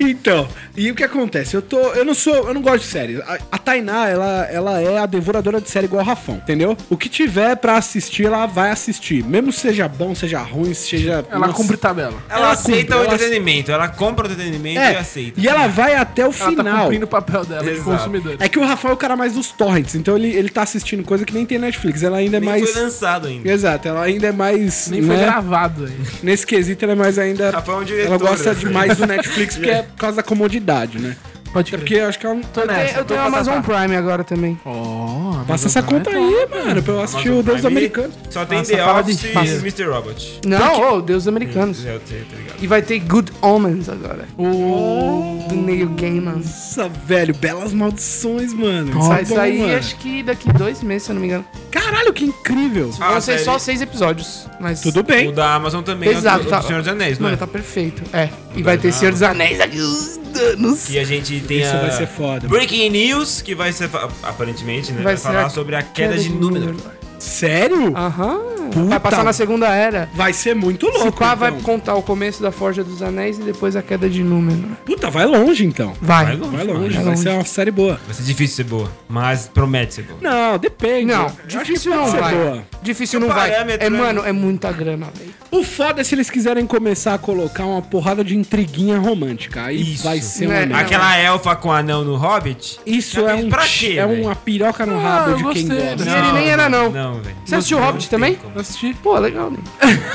Speaker 3: Então, e o que acontece? Eu tô, eu não sou, eu não gosto de séries. A, a Tainá, ela, ela é a devoradora de série igual o Rafão, entendeu? O que tiver pra assistir, ela vai assistir, mesmo seja bom, seja ruim, seja
Speaker 2: Ela
Speaker 3: Nossa.
Speaker 2: cumpre tabela.
Speaker 1: Ela,
Speaker 3: Ela
Speaker 1: aceita
Speaker 3: cumpre,
Speaker 1: o
Speaker 3: ela-
Speaker 1: entretenimento. Ela compra o entretenimento e
Speaker 3: É,
Speaker 1: aceita.
Speaker 3: e ela vai até o
Speaker 2: Ela tá
Speaker 3: É final.
Speaker 2: cumprindo o papel dela de
Speaker 1: Exato.
Speaker 2: consumidor.
Speaker 3: É que o Rafael é o cara mais dos torrents, então ele, ele tá assistindo coisa que nem tem Netflix. Ela ainda é
Speaker 1: Nem
Speaker 3: mais.
Speaker 1: foi lançado ainda.
Speaker 3: Exato, ela ainda é mais.
Speaker 2: Nem foi Tá
Speaker 3: né,
Speaker 2: gravado ainda.
Speaker 3: Nesse quesito, ela é mais ainda.
Speaker 1: Rafael é um diretor,
Speaker 3: ela gosta
Speaker 1: né?
Speaker 3: demais do Netflix porque é por causa da comodidade, né?
Speaker 2: Pode
Speaker 3: Até
Speaker 2: crer.
Speaker 3: porque eu acho que ela.
Speaker 2: Tô
Speaker 4: Eu tenho-
Speaker 2: nessa,
Speaker 4: Eu tenho
Speaker 2: tô
Speaker 4: Amazon
Speaker 2: pra-
Speaker 4: Prime agora também.
Speaker 2: Ó, Amazon
Speaker 3: Passa essa
Speaker 2: Prime
Speaker 3: conta
Speaker 2: é
Speaker 3: aí, tá mano, pra eu assistir o Deus
Speaker 1: Pra mim,
Speaker 3: Americano.
Speaker 1: Só tem
Speaker 2: Nossa,
Speaker 1: The
Speaker 2: fala
Speaker 1: Office
Speaker 2: de
Speaker 1: e
Speaker 2: fase.
Speaker 1: Mr. Robot.
Speaker 4: Não, ô, Deus Americanos.
Speaker 1: Eu sei, tá ligado?
Speaker 4: E vai ter Good Omens agora.
Speaker 2: O...
Speaker 4: Do Neil Gaiman.
Speaker 3: Nossa, velho, belas maldições, mano. Isso é
Speaker 4: Sai
Speaker 3: bom,
Speaker 4: sair,
Speaker 3: mano.
Speaker 4: acho que daqui dois meses, se eu não me engano.
Speaker 3: Caralho, que incrível.
Speaker 1: Ah,
Speaker 4: Vão ser
Speaker 1: série.
Speaker 4: só seis episódios. Mas.
Speaker 3: Tudo
Speaker 1: O
Speaker 3: bem. né?
Speaker 1: da Amazon também
Speaker 4: Exato,
Speaker 1: é o do,
Speaker 4: tá-
Speaker 1: do Senhor dos Anéis, não
Speaker 4: Mano,
Speaker 1: é?
Speaker 4: tá perfeito. É. E vai
Speaker 1: Ah,
Speaker 4: ter Senhor dos Anéis daqui uns anos.
Speaker 1: E a gente tem
Speaker 3: Isso
Speaker 1: a
Speaker 3: vai ser foda.
Speaker 1: Breaking News, que vai ser, fa- aparentemente, né? Vai,
Speaker 4: Vai ser
Speaker 1: falar
Speaker 4: a
Speaker 1: sobre a queda de Númenor.
Speaker 3: Sério?
Speaker 4: Aham.
Speaker 3: Puta.
Speaker 4: Vai passar na Segunda Era.
Speaker 3: Vai ser muito louco.
Speaker 4: Se pá, vai
Speaker 3: então.
Speaker 4: contar o começo da Forja dos Anéis e depois a queda de Númenor.
Speaker 3: Puta, vai longe então.
Speaker 1: Vai
Speaker 4: Vai.
Speaker 1: longe,
Speaker 3: Vai longe,
Speaker 1: mano.
Speaker 3: vai ser uma série boa.
Speaker 1: Vai ser difícil ser boa, mas promete ser boa.
Speaker 3: Não, depende.
Speaker 4: Não,
Speaker 3: Eu acho
Speaker 4: difícil
Speaker 3: que pode
Speaker 4: não
Speaker 3: ser
Speaker 4: vai.
Speaker 3: boa.
Speaker 4: Difícil
Speaker 1: Que
Speaker 4: não vai.
Speaker 1: parâmetro,
Speaker 4: É,
Speaker 1: né?
Speaker 4: mano, é muita grana, velho.
Speaker 3: O foda é se eles quiserem começar a colocar uma porrada de intriguinha romântica. Aí
Speaker 1: Isso.
Speaker 3: vai ser
Speaker 4: Né?
Speaker 3: uma merda.
Speaker 1: Aquela elfa com o anão no Hobbit?
Speaker 3: Isso
Speaker 1: Já
Speaker 3: é
Speaker 1: fiz
Speaker 3: um
Speaker 1: pra quê,
Speaker 3: é
Speaker 1: velho?
Speaker 3: uma piroca no
Speaker 2: Ah,
Speaker 3: rabo
Speaker 2: eu
Speaker 3: de quem
Speaker 2: gostei.
Speaker 3: gosta.
Speaker 4: E ele nem era, não.
Speaker 1: Não, velho.
Speaker 4: Você assistiu
Speaker 1: Não
Speaker 4: Hobbit
Speaker 1: tem
Speaker 4: também?
Speaker 1: como.
Speaker 2: Eu assisti.
Speaker 4: Pô, legal, né?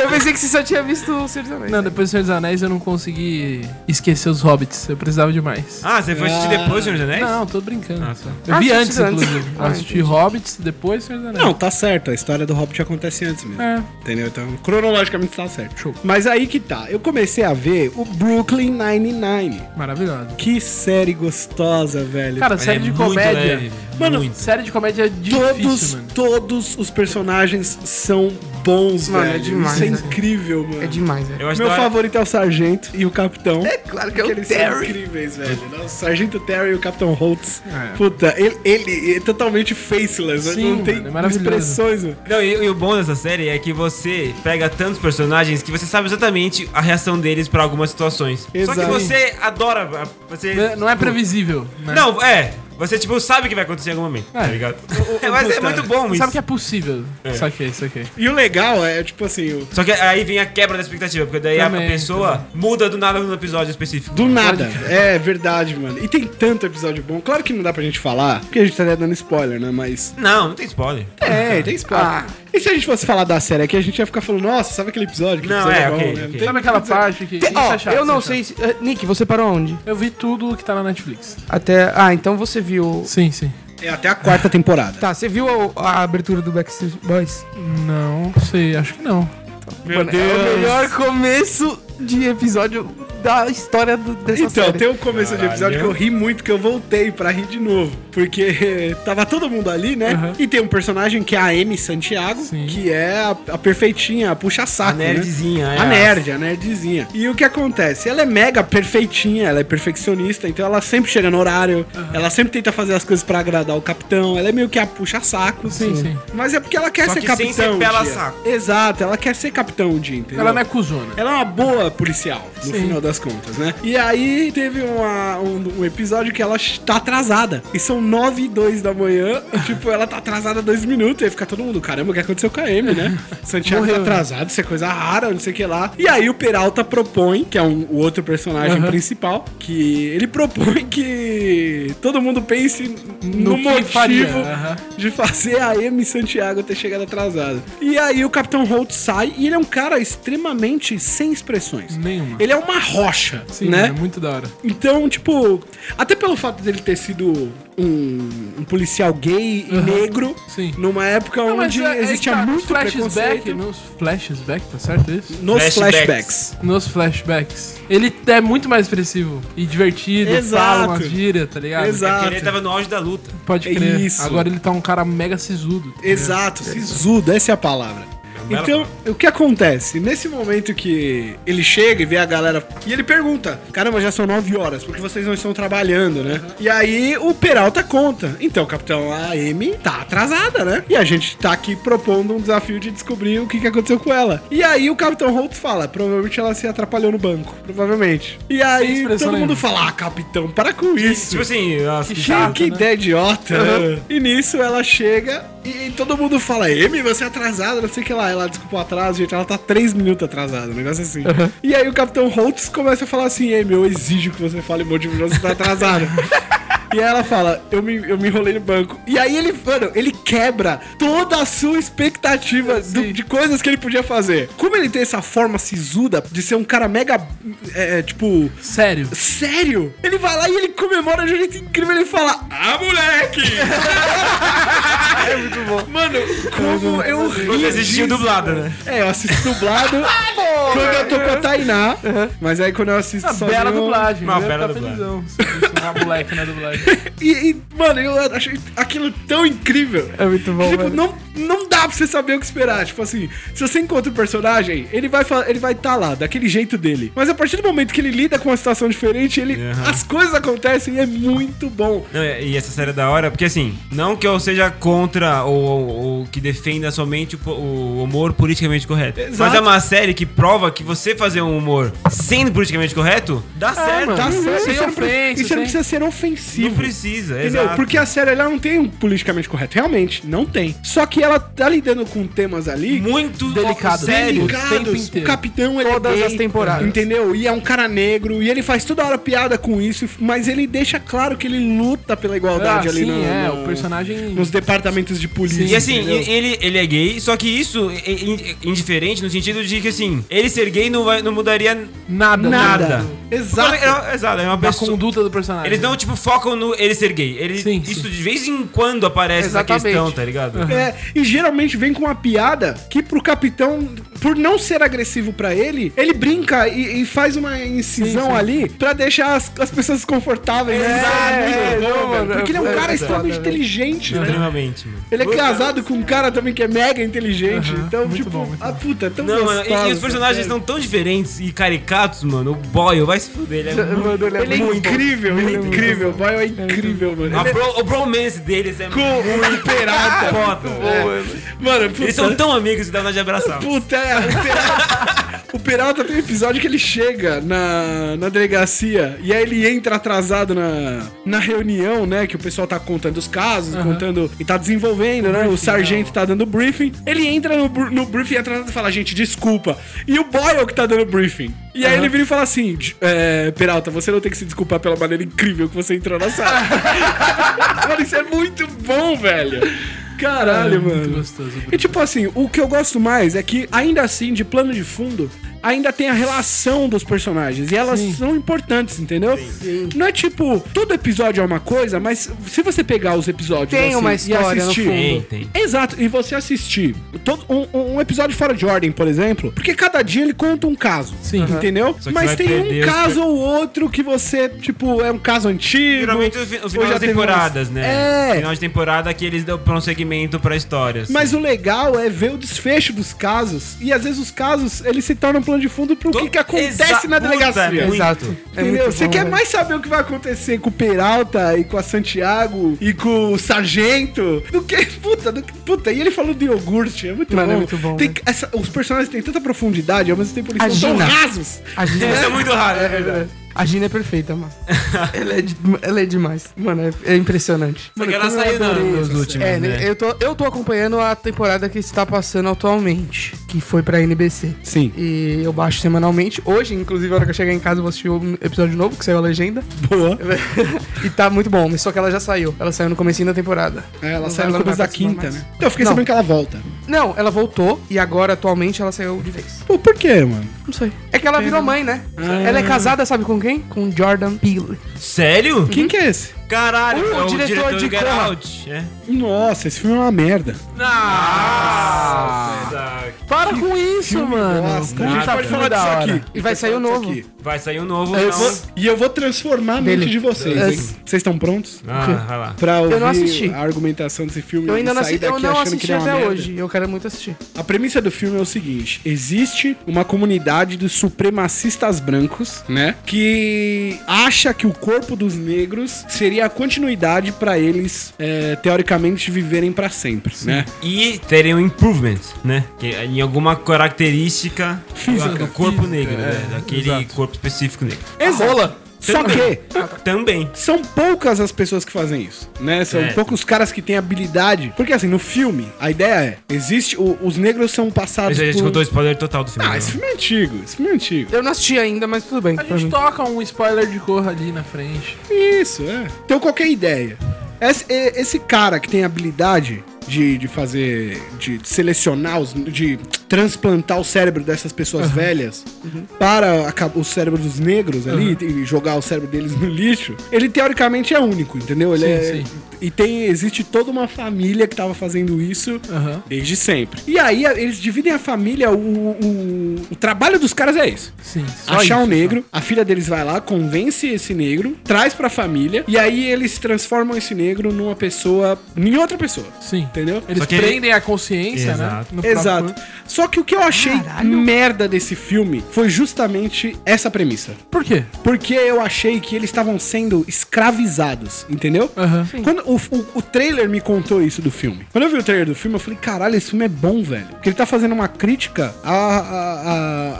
Speaker 4: eu pensei que você só tinha visto o Senhor dos Anéis.
Speaker 2: Não, depois do Senhor dos Anéis eu não consegui esquecer os hobbits. Eu precisava de mais.
Speaker 1: Ah, você foi assistir
Speaker 3: Ah.
Speaker 1: depois, Senhor dos Anéis?
Speaker 2: Não, tô brincando.
Speaker 1: Ah, tá.
Speaker 2: Eu vi
Speaker 4: Ah,
Speaker 2: antes,
Speaker 4: assisti antes.
Speaker 2: inclusive. Eu
Speaker 4: Ah,
Speaker 2: assisti
Speaker 4: entendi.
Speaker 2: Hobbits, depois Senhor dos Anéis.
Speaker 3: Não, tá certo. A história do Hobbit acontece antes mesmo.
Speaker 2: É.
Speaker 3: Entendeu? Então, cronologicamente tá certo.
Speaker 2: Show.
Speaker 3: Mas aí que tá. Eu comecei a ver o Brooklyn Nine-Nine.
Speaker 2: Maravilhosa.
Speaker 3: Que série gostosa, velho.
Speaker 2: Cara,
Speaker 1: Mas
Speaker 2: série
Speaker 1: é
Speaker 2: de
Speaker 1: muito
Speaker 2: comédia.
Speaker 1: leve,
Speaker 3: Mano,
Speaker 1: muito.
Speaker 2: Série de comédia é difícil,
Speaker 3: todos,
Speaker 2: mano.
Speaker 3: todos os personagens são bons,
Speaker 4: Mano, é
Speaker 3: velho.
Speaker 4: demais,
Speaker 3: Isso é
Speaker 4: né?
Speaker 3: incrível, mano.
Speaker 4: É demais, velho.
Speaker 1: Eu acho
Speaker 3: Meu
Speaker 1: da hora-
Speaker 3: favorito é o Sargento e o Capitão. É
Speaker 4: Claro que é
Speaker 3: que
Speaker 4: o
Speaker 3: eles são
Speaker 4: Terry.
Speaker 3: incríveis, velho. Nossa, o Sargento Terry e o Capitão Holtz.
Speaker 2: É.
Speaker 3: Puta, ele, ele é totalmente faceless.
Speaker 2: Sim,
Speaker 3: não tem
Speaker 2: mano, é maravilhoso.
Speaker 3: expressões, mano.
Speaker 1: Não, e, e o bom dessa série é que você pega tantos personagens que você sabe exatamente a reação deles pra algumas situações. Só que
Speaker 3: Exato.
Speaker 1: você adora. a- Você,
Speaker 2: É, Não é previsível, né?
Speaker 1: Não, é. Você, tipo, sabe o que vai acontecer em algum momento, tá
Speaker 2: É.
Speaker 1: ligado? Mas é muito bom
Speaker 2: Você
Speaker 1: isso.
Speaker 2: sabe que é possível. Só que é isso aqui.
Speaker 3: E o legal é, tipo assim, o-
Speaker 1: Só que aí vem a quebra da expectativa, porque daí a-
Speaker 2: Também,
Speaker 1: a pessoa muda do nada num episódio específico.
Speaker 3: do nada. É verdade, mano. E tem tanto episódio bom. Claro que não dá pra gente falar, porque a gente tá dando spoiler, né? Mas.
Speaker 1: Não, não tem spoiler.
Speaker 3: É, tem spoiler.
Speaker 4: Ah.
Speaker 3: E se a gente fosse falar da série aqui, a gente ia ficar falando, nossa, sabe aquele episódio? Que
Speaker 1: Não,
Speaker 3: episódio
Speaker 1: é, ok,
Speaker 3: Não
Speaker 1: ok.
Speaker 3: tem-
Speaker 2: Sabe aquela parte que.
Speaker 4: Te-
Speaker 2: Isso
Speaker 4: ó,
Speaker 2: é chato,
Speaker 4: eu não
Speaker 2: isso é chato.
Speaker 4: sei se. eh, Nick, você parou onde?
Speaker 2: Eu vi tudo que tá na Netflix.
Speaker 4: Até. Ah, então você viu.
Speaker 2: Sim, sim.
Speaker 3: É até a quarta temporada.
Speaker 4: Tá, você viu a, a abertura do Backstreet Boys?
Speaker 2: Não sei, acho que não.
Speaker 4: Meu Deus. É o melhor começo de episódio da história do, dessa
Speaker 3: Então,
Speaker 4: série.
Speaker 3: tem um começo de episódio
Speaker 1: Caralho.
Speaker 3: que eu ri muito, que eu voltei pra rir de novo. Porque tava todo mundo ali, né?
Speaker 2: Aham.
Speaker 3: E tem um personagem que é a Amy Santiago,
Speaker 2: Sim.
Speaker 3: que é a, a perfeitinha, a
Speaker 2: Ah,
Speaker 1: A
Speaker 3: puxa-saco, né?
Speaker 1: nerdzinha, é.
Speaker 3: A nerd, a nerdzinha. E o que acontece? Ela é mega perfeitinha, ela é perfeccionista, então ela sempre chega no horário, ela sempre tenta fazer as coisas pra agradar o capitão, ela é meio que a puxa-saco.
Speaker 2: Sim, sim.
Speaker 3: Mas é porque ela quer
Speaker 1: Só
Speaker 3: ser
Speaker 1: que sem
Speaker 3: capitão.
Speaker 1: ser
Speaker 3: um
Speaker 1: pela
Speaker 3: dia.
Speaker 1: saco.
Speaker 3: Exato, ela quer ser capitão um dia, entendeu?
Speaker 2: Ela não é cuzona.
Speaker 3: Ela é uma boa policial, no
Speaker 2: Sim.
Speaker 3: final das contas, né? E aí teve uma- um, um episódio que ela tá atrasada. E são 9 e 2 da manhã. e, tipo, ela tá atrasada dois minutos. E aí fica todo mundo, caramba, o que aconteceu com a Amy, né? Santiago tá atrasado, isso é coisa rara, não sei o que lá. E aí o Peralta propõe, que é um- o outro personagem
Speaker 2: Aham.
Speaker 3: principal, que ele propõe que todo mundo pense no,
Speaker 2: que
Speaker 3: motivo
Speaker 2: faria, aham.
Speaker 3: de fazer a Amy Santiago ter chegado atrasada. E aí o Capitão Holt sai e ele é um cara extremamente sem expressões.
Speaker 2: Nenhuma.
Speaker 3: Ele é uma rocha,
Speaker 2: Sim,
Speaker 3: né?
Speaker 2: é muito da hora.
Speaker 3: Então, tipo, até pelo fato dele ter sido um, um policial gay e negro,
Speaker 2: Sim.
Speaker 3: numa época
Speaker 2: Não, mas
Speaker 3: onde
Speaker 2: é- é
Speaker 3: existia
Speaker 2: que tá,
Speaker 3: muito
Speaker 2: flashback, né?
Speaker 3: preconceito.
Speaker 2: nos flashback, tá certo isso?
Speaker 3: Nos
Speaker 1: Flashbacks.
Speaker 3: flashbacks.
Speaker 2: Nos flashbacks. Ele é muito mais expressivo e divertido,
Speaker 3: Exato.
Speaker 2: fala umas gírias, tá ligado?
Speaker 3: Exato.
Speaker 1: Porque ele tava no auge da luta.
Speaker 2: Pode
Speaker 3: É
Speaker 2: crer.
Speaker 3: isso.
Speaker 2: Agora ele tá um cara mega sisudo. tá ligado?
Speaker 3: Exato, sisudo, essa é a palavra.
Speaker 1: Bela
Speaker 3: Então, o que acontece? Nesse momento que ele chega e vê a galera. E ele pergunta: Caramba, já são 9 horas, porque vocês não estão trabalhando, né?
Speaker 2: Uhum.
Speaker 3: E aí o Peralta conta: Então, capitão, a Amy tá atrasada, né? E a gente tá aqui propondo um desafio de descobrir o que, que aconteceu com ela. E aí o capitão Holt fala: Provavelmente ela se atrapalhou no banco. Provavelmente. E aí todo
Speaker 2: expressão
Speaker 3: mundo
Speaker 2: nenhuma.
Speaker 3: fala: Ah, capitão, para com isso.
Speaker 1: Tipo assim, nossa,
Speaker 2: Que
Speaker 1: que
Speaker 2: chato.
Speaker 3: Que
Speaker 2: né?
Speaker 3: ideia idiota. E nisso ela chega e, e todo mundo fala: Amy, você é atrasada, não sei o que lá. Ela desculpa o atraso, gente. Ela tá três minutos atrasada, um negócio assim. E aí o Capitão Holtz começa a falar assim: Amy, eu exijo que você fale o motivo de você tá atrasada. E aí ela fala, eu me, eu me enrolei no banco. E aí ele, mano, ele quebra toda a sua expectativa do- de coisas que ele podia fazer. Como ele tem essa forma sisuda de ser um cara mega, é, tipo,
Speaker 2: Sério.
Speaker 3: Sério? Ele vai lá e ele comemora de um jeito incrível. Ele fala: Ah, moleque! Mano, como eu ri.
Speaker 1: Você assistiu
Speaker 3: disso.
Speaker 1: dublado, né?
Speaker 3: É, eu assisto dublado quando eu tô com a Tainá. Mas aí quando eu assisto
Speaker 2: Uma
Speaker 3: só.
Speaker 2: Ah, bela dublagem.
Speaker 1: Uma
Speaker 2: né?
Speaker 1: bela
Speaker 2: Tá
Speaker 1: dublagem.
Speaker 2: felizão. Uma moleque na dublagem.
Speaker 3: E, e, mano, eu achei aquilo tão incrível.
Speaker 4: É muito bom,
Speaker 3: Tipo,
Speaker 4: velho.
Speaker 3: não, não dá pra você saber o que esperar. Tipo assim, se você encontra o personagem, ele vai fa- ele vai estar lá, daquele jeito dele. Mas a partir do momento que ele lida com uma situação diferente, ele,
Speaker 1: Aham.
Speaker 3: as coisas acontecem e é muito bom.
Speaker 1: Não, e e essa série é da hora, porque assim, não que eu seja contra ou, ou- ou que defenda somente o, po- o humor politicamente correto.
Speaker 3: Exato.
Speaker 1: Mas é uma série que prova que você fazer um humor sendo politicamente correto, é, dá certo.
Speaker 2: mano.
Speaker 3: Tá
Speaker 2: Uhum.
Speaker 3: certo.
Speaker 2: Sem
Speaker 3: Isso, não
Speaker 2: ofensa,
Speaker 3: pre- isso
Speaker 2: sem-
Speaker 3: não precisa ser ofensivo.
Speaker 1: Não precisa,
Speaker 3: Entendeu?
Speaker 1: exato.
Speaker 3: Porque a série ela não tem um politicamente correto. Realmente, não tem. Só que ela tá lidando com temas ali.
Speaker 1: muito
Speaker 2: Delicado.
Speaker 1: sério.
Speaker 2: Delicado. o tempo
Speaker 3: Delicados, o
Speaker 2: inteiro.
Speaker 3: capitão ele é
Speaker 4: Todas
Speaker 3: gay,
Speaker 4: as temporadas.
Speaker 3: Entendeu? E é um cara negro, e ele faz toda hora piada com isso, mas ele deixa claro que ele luta pela igualdade
Speaker 2: Ah,
Speaker 3: ali
Speaker 2: sim,
Speaker 3: no-
Speaker 2: é,
Speaker 3: no-
Speaker 2: o personagem-
Speaker 3: nos departamentos de polícia.
Speaker 1: E assim,
Speaker 3: entendeu?
Speaker 1: e- ele, ele é gay, só que isso é in- indiferente no sentido de que assim, ele ser gay não, vai- não mudaria
Speaker 2: Nada.
Speaker 1: nada.
Speaker 3: Exato.
Speaker 1: É- é- Exato, é uma
Speaker 2: A
Speaker 1: pessoa.
Speaker 2: conduta do personagem.
Speaker 1: Eles não, tipo, focam no ele ser gay. Ele,
Speaker 2: Sim,
Speaker 1: isso
Speaker 2: sim.
Speaker 1: de vez em quando aparece
Speaker 4: Exatamente.
Speaker 1: essa questão, tá ligado?
Speaker 3: É, e geralmente vem com uma piada que pro capitão, por não ser agressivo pra ele, ele brinca e, e faz uma incisão
Speaker 2: Sim, sim.
Speaker 3: ali pra deixar as, as pessoas desconfortáveis. né?
Speaker 4: é,
Speaker 3: Muito bom,
Speaker 4: não,
Speaker 3: velho.
Speaker 4: mano,
Speaker 3: Porque ele é um
Speaker 4: é Uhum.
Speaker 3: cara
Speaker 4: verdade.
Speaker 3: extremamente inteligente, né?
Speaker 1: Extremamente, mano.
Speaker 3: Ele é casado com um cara também que é mega inteligente.
Speaker 4: Uhum.
Speaker 2: Aham,
Speaker 3: Então,
Speaker 2: muito
Speaker 3: tipo,
Speaker 2: bom, muito
Speaker 3: ah, puta, é tão
Speaker 1: Não, mano, e- e, os
Speaker 3: gostoso,
Speaker 1: personagens
Speaker 3: cara.
Speaker 1: estão tão diferentes e caricatos, mano. O Boyle vai se fuder, ele é muito...
Speaker 4: Mano, ele é
Speaker 3: Ele é
Speaker 4: muito
Speaker 3: incrível, ele é incrível. O Boyle é incrível, mano.
Speaker 1: um- A
Speaker 3: Ele é
Speaker 1: bro- o bromance deles é
Speaker 3: com o Peralta.
Speaker 1: foda.
Speaker 4: bom, mano.
Speaker 3: Ah, Mano, puta.
Speaker 1: Eles são tão amigos que dá vontade de abraçar.
Speaker 3: Puta, é, o Peralta, o Peralta tem um episódio que ele chega na, na delegacia e aí ele entra atrasado na, na reunião, né? Que o pessoal tá contando os casos, contando e tá desenvolvendo, né? O sargento tá dando briefing. Ele entra no, br- no briefing atrasado e fala, gente, desculpa. E o Boyle que tá dando briefing. E aí ele vira e fala assim, "J- é, Peralta, você não tem que se desculpar pela maneira incrível que você entrou na sala. Mano, isso é muito bom, velho. Caralho,
Speaker 2: muito
Speaker 3: mano.
Speaker 2: gostoso.
Speaker 3: E tipo assim, o que eu gosto mais é que, ainda assim, de plano de fundo, ainda tem a relação dos personagens. E elas são importantes, entendeu? Não é tipo, todo episódio é uma coisa, mas se você pegar os episódios
Speaker 4: Tem
Speaker 3: assim,
Speaker 4: uma
Speaker 3: e
Speaker 4: história no
Speaker 3: assistir.
Speaker 1: Tem,
Speaker 4: fundo.
Speaker 1: tem.
Speaker 3: Exato, e você assistir todo, um, um- um episódio fora de ordem, por exemplo, porque cada dia ele conta um caso.
Speaker 2: Sim.
Speaker 3: Entendeu?
Speaker 1: Só que
Speaker 3: Mas
Speaker 1: vai
Speaker 3: tem um
Speaker 1: perder os
Speaker 3: caso ou outro que você, tipo, é um caso antigo.
Speaker 1: Geralmente o fi- o
Speaker 3: ou
Speaker 1: final
Speaker 3: já
Speaker 1: das
Speaker 3: teve umas-
Speaker 1: temporadas, né?
Speaker 3: É.
Speaker 1: Final de temporada que eles dão prosseguimento pra história. assim.
Speaker 3: Mas o legal é ver o desfecho dos casos. E às vezes os casos, eles se tornam plano de fundo pro
Speaker 1: To-
Speaker 3: que, que acontece
Speaker 1: Exa-
Speaker 3: na
Speaker 1: Puta,
Speaker 3: delegacia.
Speaker 1: muito.
Speaker 3: Entendeu?
Speaker 4: né? muito
Speaker 3: Você
Speaker 4: é bom,
Speaker 3: quer
Speaker 4: velho.
Speaker 3: mais saber o que vai acontecer com o Peralta e com a Santiago e com o Sargento do que. Puta, do que- puta. E ele falou do iogurte. É muito
Speaker 4: Mano,
Speaker 3: bom.
Speaker 4: é muito bom,
Speaker 3: Tem
Speaker 4: né?
Speaker 3: que- essa- os personagens têm tanta profundidade, ao mesmo tempo eles
Speaker 4: A
Speaker 3: são tão
Speaker 4: Gina.
Speaker 3: rasos.
Speaker 4: A Gina,
Speaker 1: Isso é muito raro, é verdade.
Speaker 4: a Gina é perfeita, mano. ela, é, de- ela é demais. Mano, é, é impressionante.
Speaker 1: Só que ela
Speaker 4: como eu
Speaker 1: saiu na-
Speaker 4: adorei
Speaker 1: nos
Speaker 4: essa
Speaker 1: últimos,
Speaker 4: É,
Speaker 1: né?
Speaker 4: eu tô, eu tô acompanhando a temporada que está passando atualmente, que foi pra NBC.
Speaker 3: Sim.
Speaker 4: E eu baixo semanalmente. Hoje, inclusive, a hora que eu chegar em casa, eu vou assistir um episódio novo, que saiu a legenda.
Speaker 3: Boa.
Speaker 4: e tá muito bom, mas só que ela já saiu. Ela saiu no comecinho da temporada.
Speaker 3: É, ela
Speaker 4: Não
Speaker 3: saiu no
Speaker 4: vai- ela não
Speaker 3: começo
Speaker 4: vai
Speaker 3: da quinta,
Speaker 4: participar
Speaker 3: né?
Speaker 4: mais.
Speaker 3: Então eu fiquei
Speaker 4: Não.
Speaker 3: sabendo que ela volta.
Speaker 4: Não, ela voltou e agora, atualmente, ela saiu de vez.
Speaker 3: Pô, por quê, mano?
Speaker 4: Não sei. É que ela virou mãe, né?
Speaker 1: Ah.
Speaker 4: Ela é casada, sabe com quem? Com Jordan Peele.
Speaker 1: Sério?
Speaker 4: Uhum.
Speaker 3: Quem que é esse?
Speaker 1: Caralho,
Speaker 4: O
Speaker 1: é o
Speaker 4: diretor
Speaker 1: diretor
Speaker 4: de
Speaker 1: de Get
Speaker 4: Corra.
Speaker 1: Out. É.
Speaker 3: Nossa, esse filme é uma merda.
Speaker 1: Nossa!
Speaker 2: Para com isso, mano.
Speaker 3: bosta.
Speaker 2: A gente
Speaker 1: Nada.
Speaker 2: tá
Speaker 1: Pode
Speaker 2: falando da hora.
Speaker 4: E vai sair o novo.
Speaker 3: Aqui.
Speaker 1: Vai sair um novo.
Speaker 3: Eu
Speaker 1: então.
Speaker 3: vou- e eu vou transformar a mente
Speaker 4: Dele.
Speaker 3: de vocês,
Speaker 4: Dois.
Speaker 3: hein? Vocês estão prontos?
Speaker 1: Ah, vai lá.
Speaker 3: Pra ouvir
Speaker 4: não assisti.
Speaker 3: a argumentação desse filme
Speaker 4: Eu ainda não
Speaker 3: e sair
Speaker 4: assisti, eu
Speaker 3: daqui
Speaker 4: não
Speaker 3: achando que
Speaker 4: assisti
Speaker 3: ele é uma
Speaker 4: até
Speaker 3: merda?
Speaker 4: hoje. Eu quero muito assistir.
Speaker 3: A premissa do filme é o seguinte: existe uma comunidade dos supremacistas brancos, né? Que acha que o corpo dos negros seria a continuidade pra eles, é, teoricamente, viverem pra sempre, né?
Speaker 1: E terem um improvement, né? Que é em alguma característica
Speaker 3: Física.
Speaker 1: do corpo negro, né?
Speaker 2: é,
Speaker 1: Daquele
Speaker 2: exato.
Speaker 1: corpo específico negro.
Speaker 3: Exola! Só que
Speaker 1: Também.
Speaker 3: são poucas as pessoas que fazem isso, né? São
Speaker 1: É.
Speaker 3: poucos caras que têm habilidade. Porque assim, no filme, a ideia é: existe. o- os negros são passados.
Speaker 1: Mas a gente
Speaker 3: por...
Speaker 1: contou o spoiler total do filme.
Speaker 3: Ah,
Speaker 1: né?
Speaker 3: esse filme é antigo, esse filme é antigo.
Speaker 4: Eu não assisti ainda, mas tudo bem. Uhum.
Speaker 2: A
Speaker 4: pra
Speaker 2: gente
Speaker 4: mim.
Speaker 2: toca um spoiler de corra ali na frente.
Speaker 3: Isso, é. Então, qualquer ideia. Esse, e- esse cara que tem habilidade de, de fazer. de selecionar, os, de transplantar o cérebro dessas pessoas velhas para a ca- o cérebro dos negros ali e jogar o cérebro deles no lixo, ele teoricamente é único, entendeu? Ele
Speaker 2: Sim,
Speaker 3: é.
Speaker 2: sim.
Speaker 3: E tem, existe toda uma família que tava fazendo isso
Speaker 2: Aham.
Speaker 3: desde sempre. E aí a- eles dividem a família, o, o, o trabalho dos caras é esse.
Speaker 2: Sim. só
Speaker 3: achar
Speaker 2: isso,
Speaker 3: um negro, a filha deles vai lá, convence esse negro, traz pra família, e aí eles transformam esse negro numa pessoa, em outra pessoa,
Speaker 2: só. Sim.
Speaker 3: entendeu?
Speaker 2: Eles
Speaker 1: Só que-
Speaker 2: prendem a consciência,
Speaker 1: Exato.
Speaker 2: né? No próprio
Speaker 3: Exato.
Speaker 2: corpo.
Speaker 3: Só que o que eu achei merda desse filme foi justamente essa premissa.
Speaker 2: Por quê?
Speaker 3: Porque eu achei que eles estavam sendo escravizados, entendeu?
Speaker 2: Aham.
Speaker 3: Quando o, o, o trailer me contou isso do filme. Quando eu vi o trailer do filme, eu falei, caralho, esse filme é bom, velho. Porque ele tá fazendo uma crítica a, a-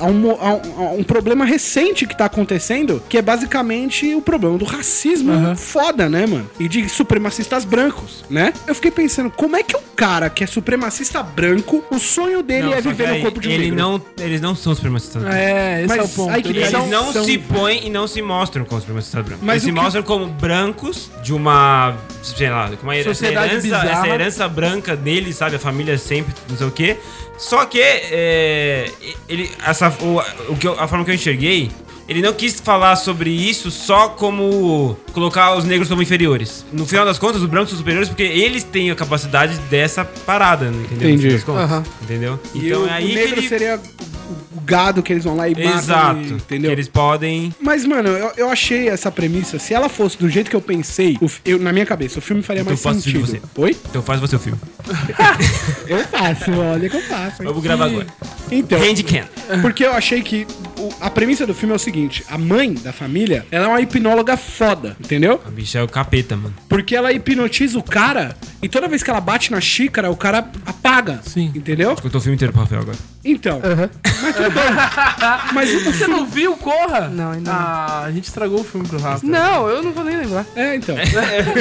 Speaker 3: a- a um, mo- a um- a um problema recente que tá acontecendo, que é basicamente o problema do racismo
Speaker 2: Aham.
Speaker 3: foda, né, mano? E de supremacistas brancos, né? Eu fiquei pensando, como é que o cara que é supremacista branco, o sonho dele
Speaker 1: Não,
Speaker 3: é
Speaker 1: só
Speaker 3: viver
Speaker 1: que
Speaker 3: no
Speaker 1: aí
Speaker 3: corpo de um
Speaker 1: ele
Speaker 3: negro? Ah,
Speaker 1: não, Eles não são supremacistas. brancos.
Speaker 2: É, esse
Speaker 3: Mas
Speaker 2: é o ponto.
Speaker 3: aí que
Speaker 1: Eles
Speaker 2: Eles
Speaker 3: são-
Speaker 1: não
Speaker 3: são-
Speaker 1: se põem e não se mostram como supremacistas brancos.
Speaker 3: Mas
Speaker 1: Eles se
Speaker 3: o que-
Speaker 1: mostram como brancos de uma, sei lá, com uma her- essa
Speaker 2: Sociedade
Speaker 1: herança,
Speaker 2: bizarra.
Speaker 1: essa herança branca dele, sabe? A família é sempre, não sei o quê. Só que é, ele, essa, o, o que eu- a forma que eu enxerguei, ele não quis falar sobre isso só como colocar os negros como inferiores. No final das contas, os brancos são superiores porque eles têm a capacidade dessa parada, entendeu?
Speaker 3: Entendi.
Speaker 1: No final das contas,
Speaker 4: Aham.
Speaker 1: Entendeu?
Speaker 3: E o,
Speaker 1: Então é aí
Speaker 3: o
Speaker 1: que
Speaker 3: negro
Speaker 1: ele...
Speaker 3: seria o gado que eles vão lá e matam,
Speaker 1: Exato.
Speaker 3: e-
Speaker 1: Que
Speaker 3: entendeu?
Speaker 1: eles podem
Speaker 3: Mas, mano, eu, eu achei essa premissa. Se ela fosse do jeito que eu pensei, o fi- eu, na minha cabeça, o filme faria
Speaker 1: Então
Speaker 3: mais
Speaker 1: faça o filme
Speaker 3: sentido. Oi?
Speaker 1: Então faz você o filme.
Speaker 3: Eu faço, olha que eu faço. hein?
Speaker 1: Vamos gravar agora.
Speaker 3: Então,
Speaker 1: Candy Can.
Speaker 3: porque eu achei que o- a premissa do filme é o seguinte: a mãe da família, ela é uma hipnóloga foda, entendeu?
Speaker 1: A bicha é o capeta, mano.
Speaker 3: Porque ela hipnotiza o cara e toda vez que ela bate na xícara, o cara apaga.
Speaker 2: Sim.
Speaker 3: Entendeu?
Speaker 1: Escutou o filme inteiro pro Rafael agora.
Speaker 3: Então. Mas tudo bem. Mas o
Speaker 2: Você não viu Corra?
Speaker 4: Não, ainda não.
Speaker 2: Ah, a gente estragou o filme pro Rafa.
Speaker 4: Não, eu não vou nem lembrar.
Speaker 3: É, então.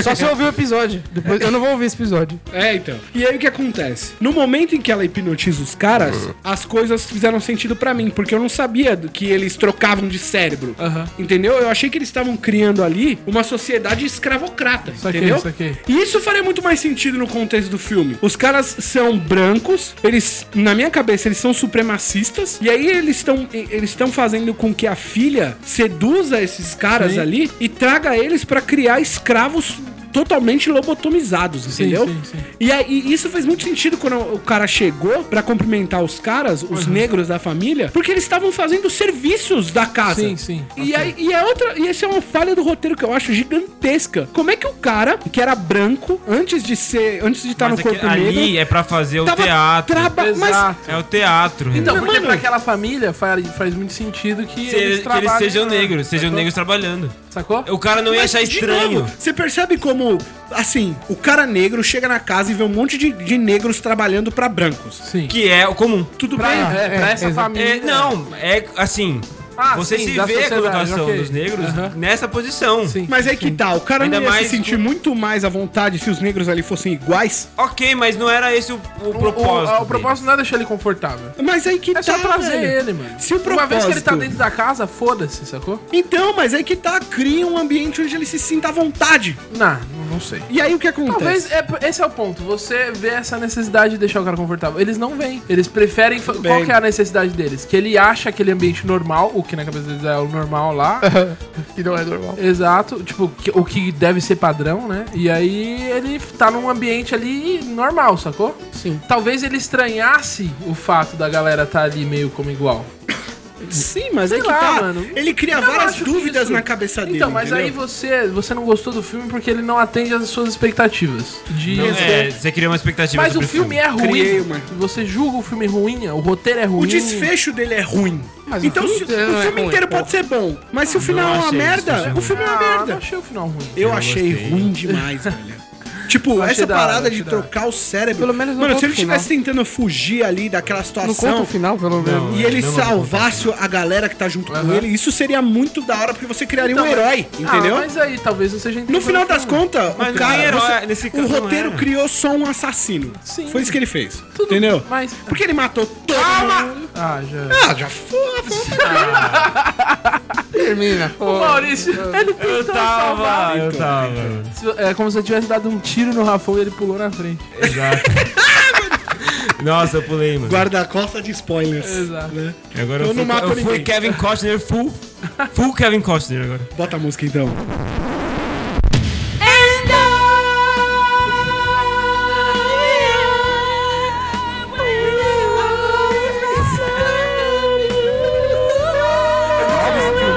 Speaker 4: Só se eu ouvir o episódio. Depois, eu não vou ouvir esse episódio.
Speaker 2: Uhum.
Speaker 3: É, então. E aí o que acontece? No momento em que ela hipnotiza os caras, as coisas fizeram sentido pra mim, porque eu não sabia do que eles trocavam de cérebro.
Speaker 2: Aham.
Speaker 3: Entendeu? Eu achei que eles estavam criando ali uma sociedade escravocrata,
Speaker 2: Saquei,
Speaker 3: entendeu?
Speaker 2: saquei.
Speaker 3: E isso faria muito mais sentido no contexto do filme. Os caras são brancos, eles, na minha cabeça, eles são supremacistas, e aí eles estão eles estão fazendo com que a filha seduza esses caras
Speaker 2: Sim.
Speaker 3: ali e traga eles pra criar escravos totalmente lobotomizados, entendeu?
Speaker 2: sim, sim.
Speaker 3: E aí isso fez muito sentido quando o cara chegou pra cumprimentar os caras, os negros da família, porque eles estavam fazendo serviços da casa.
Speaker 2: Sim, sim.
Speaker 3: E, aí, e é outra. E essa é uma falha do roteiro que eu acho gigantesca. Como é que o cara, que era branco, antes de ser. Antes de
Speaker 2: Tá
Speaker 3: estar
Speaker 1: Mas
Speaker 3: no corpo
Speaker 1: aqui- ali
Speaker 3: negro,
Speaker 1: é pra fazer o
Speaker 3: tava
Speaker 1: teatro.
Speaker 3: traba- Mas,
Speaker 2: Exato.
Speaker 1: É o teatro, Renan.
Speaker 2: Então, porque
Speaker 3: mano.
Speaker 2: pra aquela família faz, faz muito sentido
Speaker 1: Se
Speaker 2: que
Speaker 1: eles, que eles
Speaker 2: trabalhem,
Speaker 1: sejam
Speaker 2: né?
Speaker 1: negros, sejam
Speaker 2: Sacou?
Speaker 1: negros trabalhando.
Speaker 2: Sacou?
Speaker 1: O cara não Então ia
Speaker 3: mas,
Speaker 1: achar
Speaker 3: de
Speaker 1: estranho.
Speaker 3: novo, você percebe como, assim, o cara negro chega na casa e vê um monte de, de negros trabalhando pra brancos.
Speaker 2: Sim.
Speaker 1: Que é o comum.
Speaker 3: Tudo
Speaker 2: Pra,
Speaker 3: bem?
Speaker 2: é, pra essa
Speaker 4: é,
Speaker 2: família.
Speaker 1: É, não, é assim.
Speaker 2: Ah,
Speaker 1: você
Speaker 2: sim,
Speaker 1: se
Speaker 2: da
Speaker 1: vê a
Speaker 2: sociedade,
Speaker 1: colocação
Speaker 2: ok.
Speaker 1: dos negros
Speaker 2: Aham.
Speaker 1: nessa posição.
Speaker 2: Sim.
Speaker 3: Mas aí que tá, o cara
Speaker 1: Ainda
Speaker 3: não ia
Speaker 1: mais
Speaker 3: se sentir
Speaker 1: com-
Speaker 3: muito mais à vontade se os negros ali fossem iguais.
Speaker 1: Ok, mas não era esse o, o
Speaker 2: O-
Speaker 1: propósito.
Speaker 2: O, o,
Speaker 1: dele.
Speaker 2: propósito não é deixar ele confortável.
Speaker 3: Mas aí que
Speaker 2: É
Speaker 3: tá.
Speaker 2: só trazer
Speaker 3: velho.
Speaker 2: ele, mano.
Speaker 3: Se o
Speaker 2: Uma vez que ele tá
Speaker 3: propósito-
Speaker 2: dentro da casa, foda-se, sacou?
Speaker 3: Então, mas aí que tá, cria um ambiente onde ele se sinta à vontade.
Speaker 2: Não, não sei.
Speaker 3: E aí o que acontece?
Speaker 2: Talvez é, esse é o ponto. Você vê essa necessidade de deixar o cara confortável. Eles não vêm. Eles preferem. fa- Qual
Speaker 3: bem.
Speaker 2: que é a necessidade deles? Que ele acha aquele ambiente normal, o que na cabeça deles é o normal lá.
Speaker 4: Que não é normal.
Speaker 2: Exato, tipo, que- o que deve ser padrão, né? E aí ele tá num ambiente ali normal, sacou?
Speaker 4: Sim.
Speaker 2: Talvez ele estranhasse o fato da galera tá ali meio como igual.
Speaker 3: Sim, mas
Speaker 2: Sei
Speaker 3: é que
Speaker 2: lá,
Speaker 3: tá.
Speaker 2: mano.
Speaker 3: Ele cria
Speaker 2: Eu
Speaker 3: várias
Speaker 2: acho que
Speaker 3: dúvidas
Speaker 2: isso-
Speaker 3: na cabeça dele.
Speaker 2: Então, mas aí
Speaker 3: entendeu?
Speaker 2: você, você não gostou do filme porque ele não atende às suas expectativas. De...
Speaker 1: Não, é, você cria uma expectativa
Speaker 2: né? Mas o
Speaker 1: sobre
Speaker 2: filme é ruim.
Speaker 3: Criei uma.
Speaker 2: Você julga o filme ruim, o roteiro é ruim.
Speaker 3: O desfecho dele é ruim.
Speaker 4: Mas o
Speaker 3: então,
Speaker 4: filme
Speaker 3: se- o
Speaker 4: inteiro não é
Speaker 3: filme
Speaker 4: ruim,
Speaker 3: inteiro
Speaker 4: porra.
Speaker 3: pode ser bom. Mas se o final é uma
Speaker 1: Ah, achei isso,
Speaker 3: merda,
Speaker 1: achei
Speaker 3: o filme é uma
Speaker 2: Ah, eu não
Speaker 3: merda.
Speaker 2: achei o final ruim.
Speaker 3: Eu
Speaker 1: não
Speaker 3: achei
Speaker 1: gostei.
Speaker 3: ruim demais, velho. Tipo,
Speaker 2: achei
Speaker 3: essa
Speaker 2: da hora,
Speaker 3: parada
Speaker 2: achei
Speaker 3: de
Speaker 2: da hora.
Speaker 3: trocar o cérebro.
Speaker 4: Pelo menos não
Speaker 3: Mano, se
Speaker 4: conta
Speaker 3: ele
Speaker 4: o final.
Speaker 3: estivesse tentando fugir ali daquela
Speaker 4: Não conta
Speaker 3: situação.
Speaker 4: o final, pelo menos.
Speaker 1: Não,
Speaker 3: E
Speaker 1: é,
Speaker 3: ele
Speaker 1: não vou
Speaker 3: salvasse a galera que tá junto com ele, isso seria muito da hora, porque você criaria um
Speaker 2: Então,
Speaker 3: herói, entendeu?
Speaker 2: Ah, mas aí talvez não seja
Speaker 3: No final das contas,
Speaker 1: Mas
Speaker 3: o,
Speaker 1: não é
Speaker 3: cara,
Speaker 1: herói,
Speaker 3: você-
Speaker 1: nesse
Speaker 3: o
Speaker 1: caso não é.
Speaker 3: roteiro
Speaker 1: era.
Speaker 3: criou só um assassino.
Speaker 2: Sim.
Speaker 3: Foi isso que ele fez.
Speaker 2: Tudo,
Speaker 3: entendeu?
Speaker 2: mas-
Speaker 3: Porque ele matou todo mundo.
Speaker 2: Ah, já.
Speaker 3: Ah, já foi. foi-
Speaker 4: Termina.
Speaker 2: Ô, Maurício, ele tentou
Speaker 1: Eu tava,
Speaker 2: salvar.
Speaker 1: eu tava.
Speaker 2: Se- É como se eu tivesse dado um tiro no Rafão e ele pulou na frente.
Speaker 1: Exato.
Speaker 2: é-
Speaker 1: Nossa, eu pulei, mano.
Speaker 3: Guarda-costa de spoilers.
Speaker 2: Exato.
Speaker 3: né?
Speaker 1: Agora
Speaker 3: Eu
Speaker 1: eu,
Speaker 3: não
Speaker 1: fui,
Speaker 3: mato
Speaker 1: eu fui
Speaker 3: ninguém.
Speaker 1: Øh, Kevin Costner full. Full Kevin Costner agora.
Speaker 3: Bota a música então.
Speaker 6: And I will always love you. Always love you. I will always love you. I will always love you.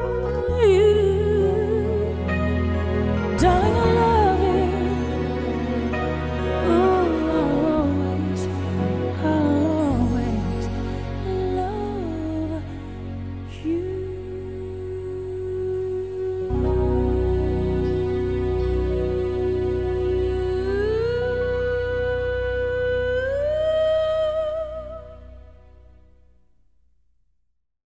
Speaker 6: you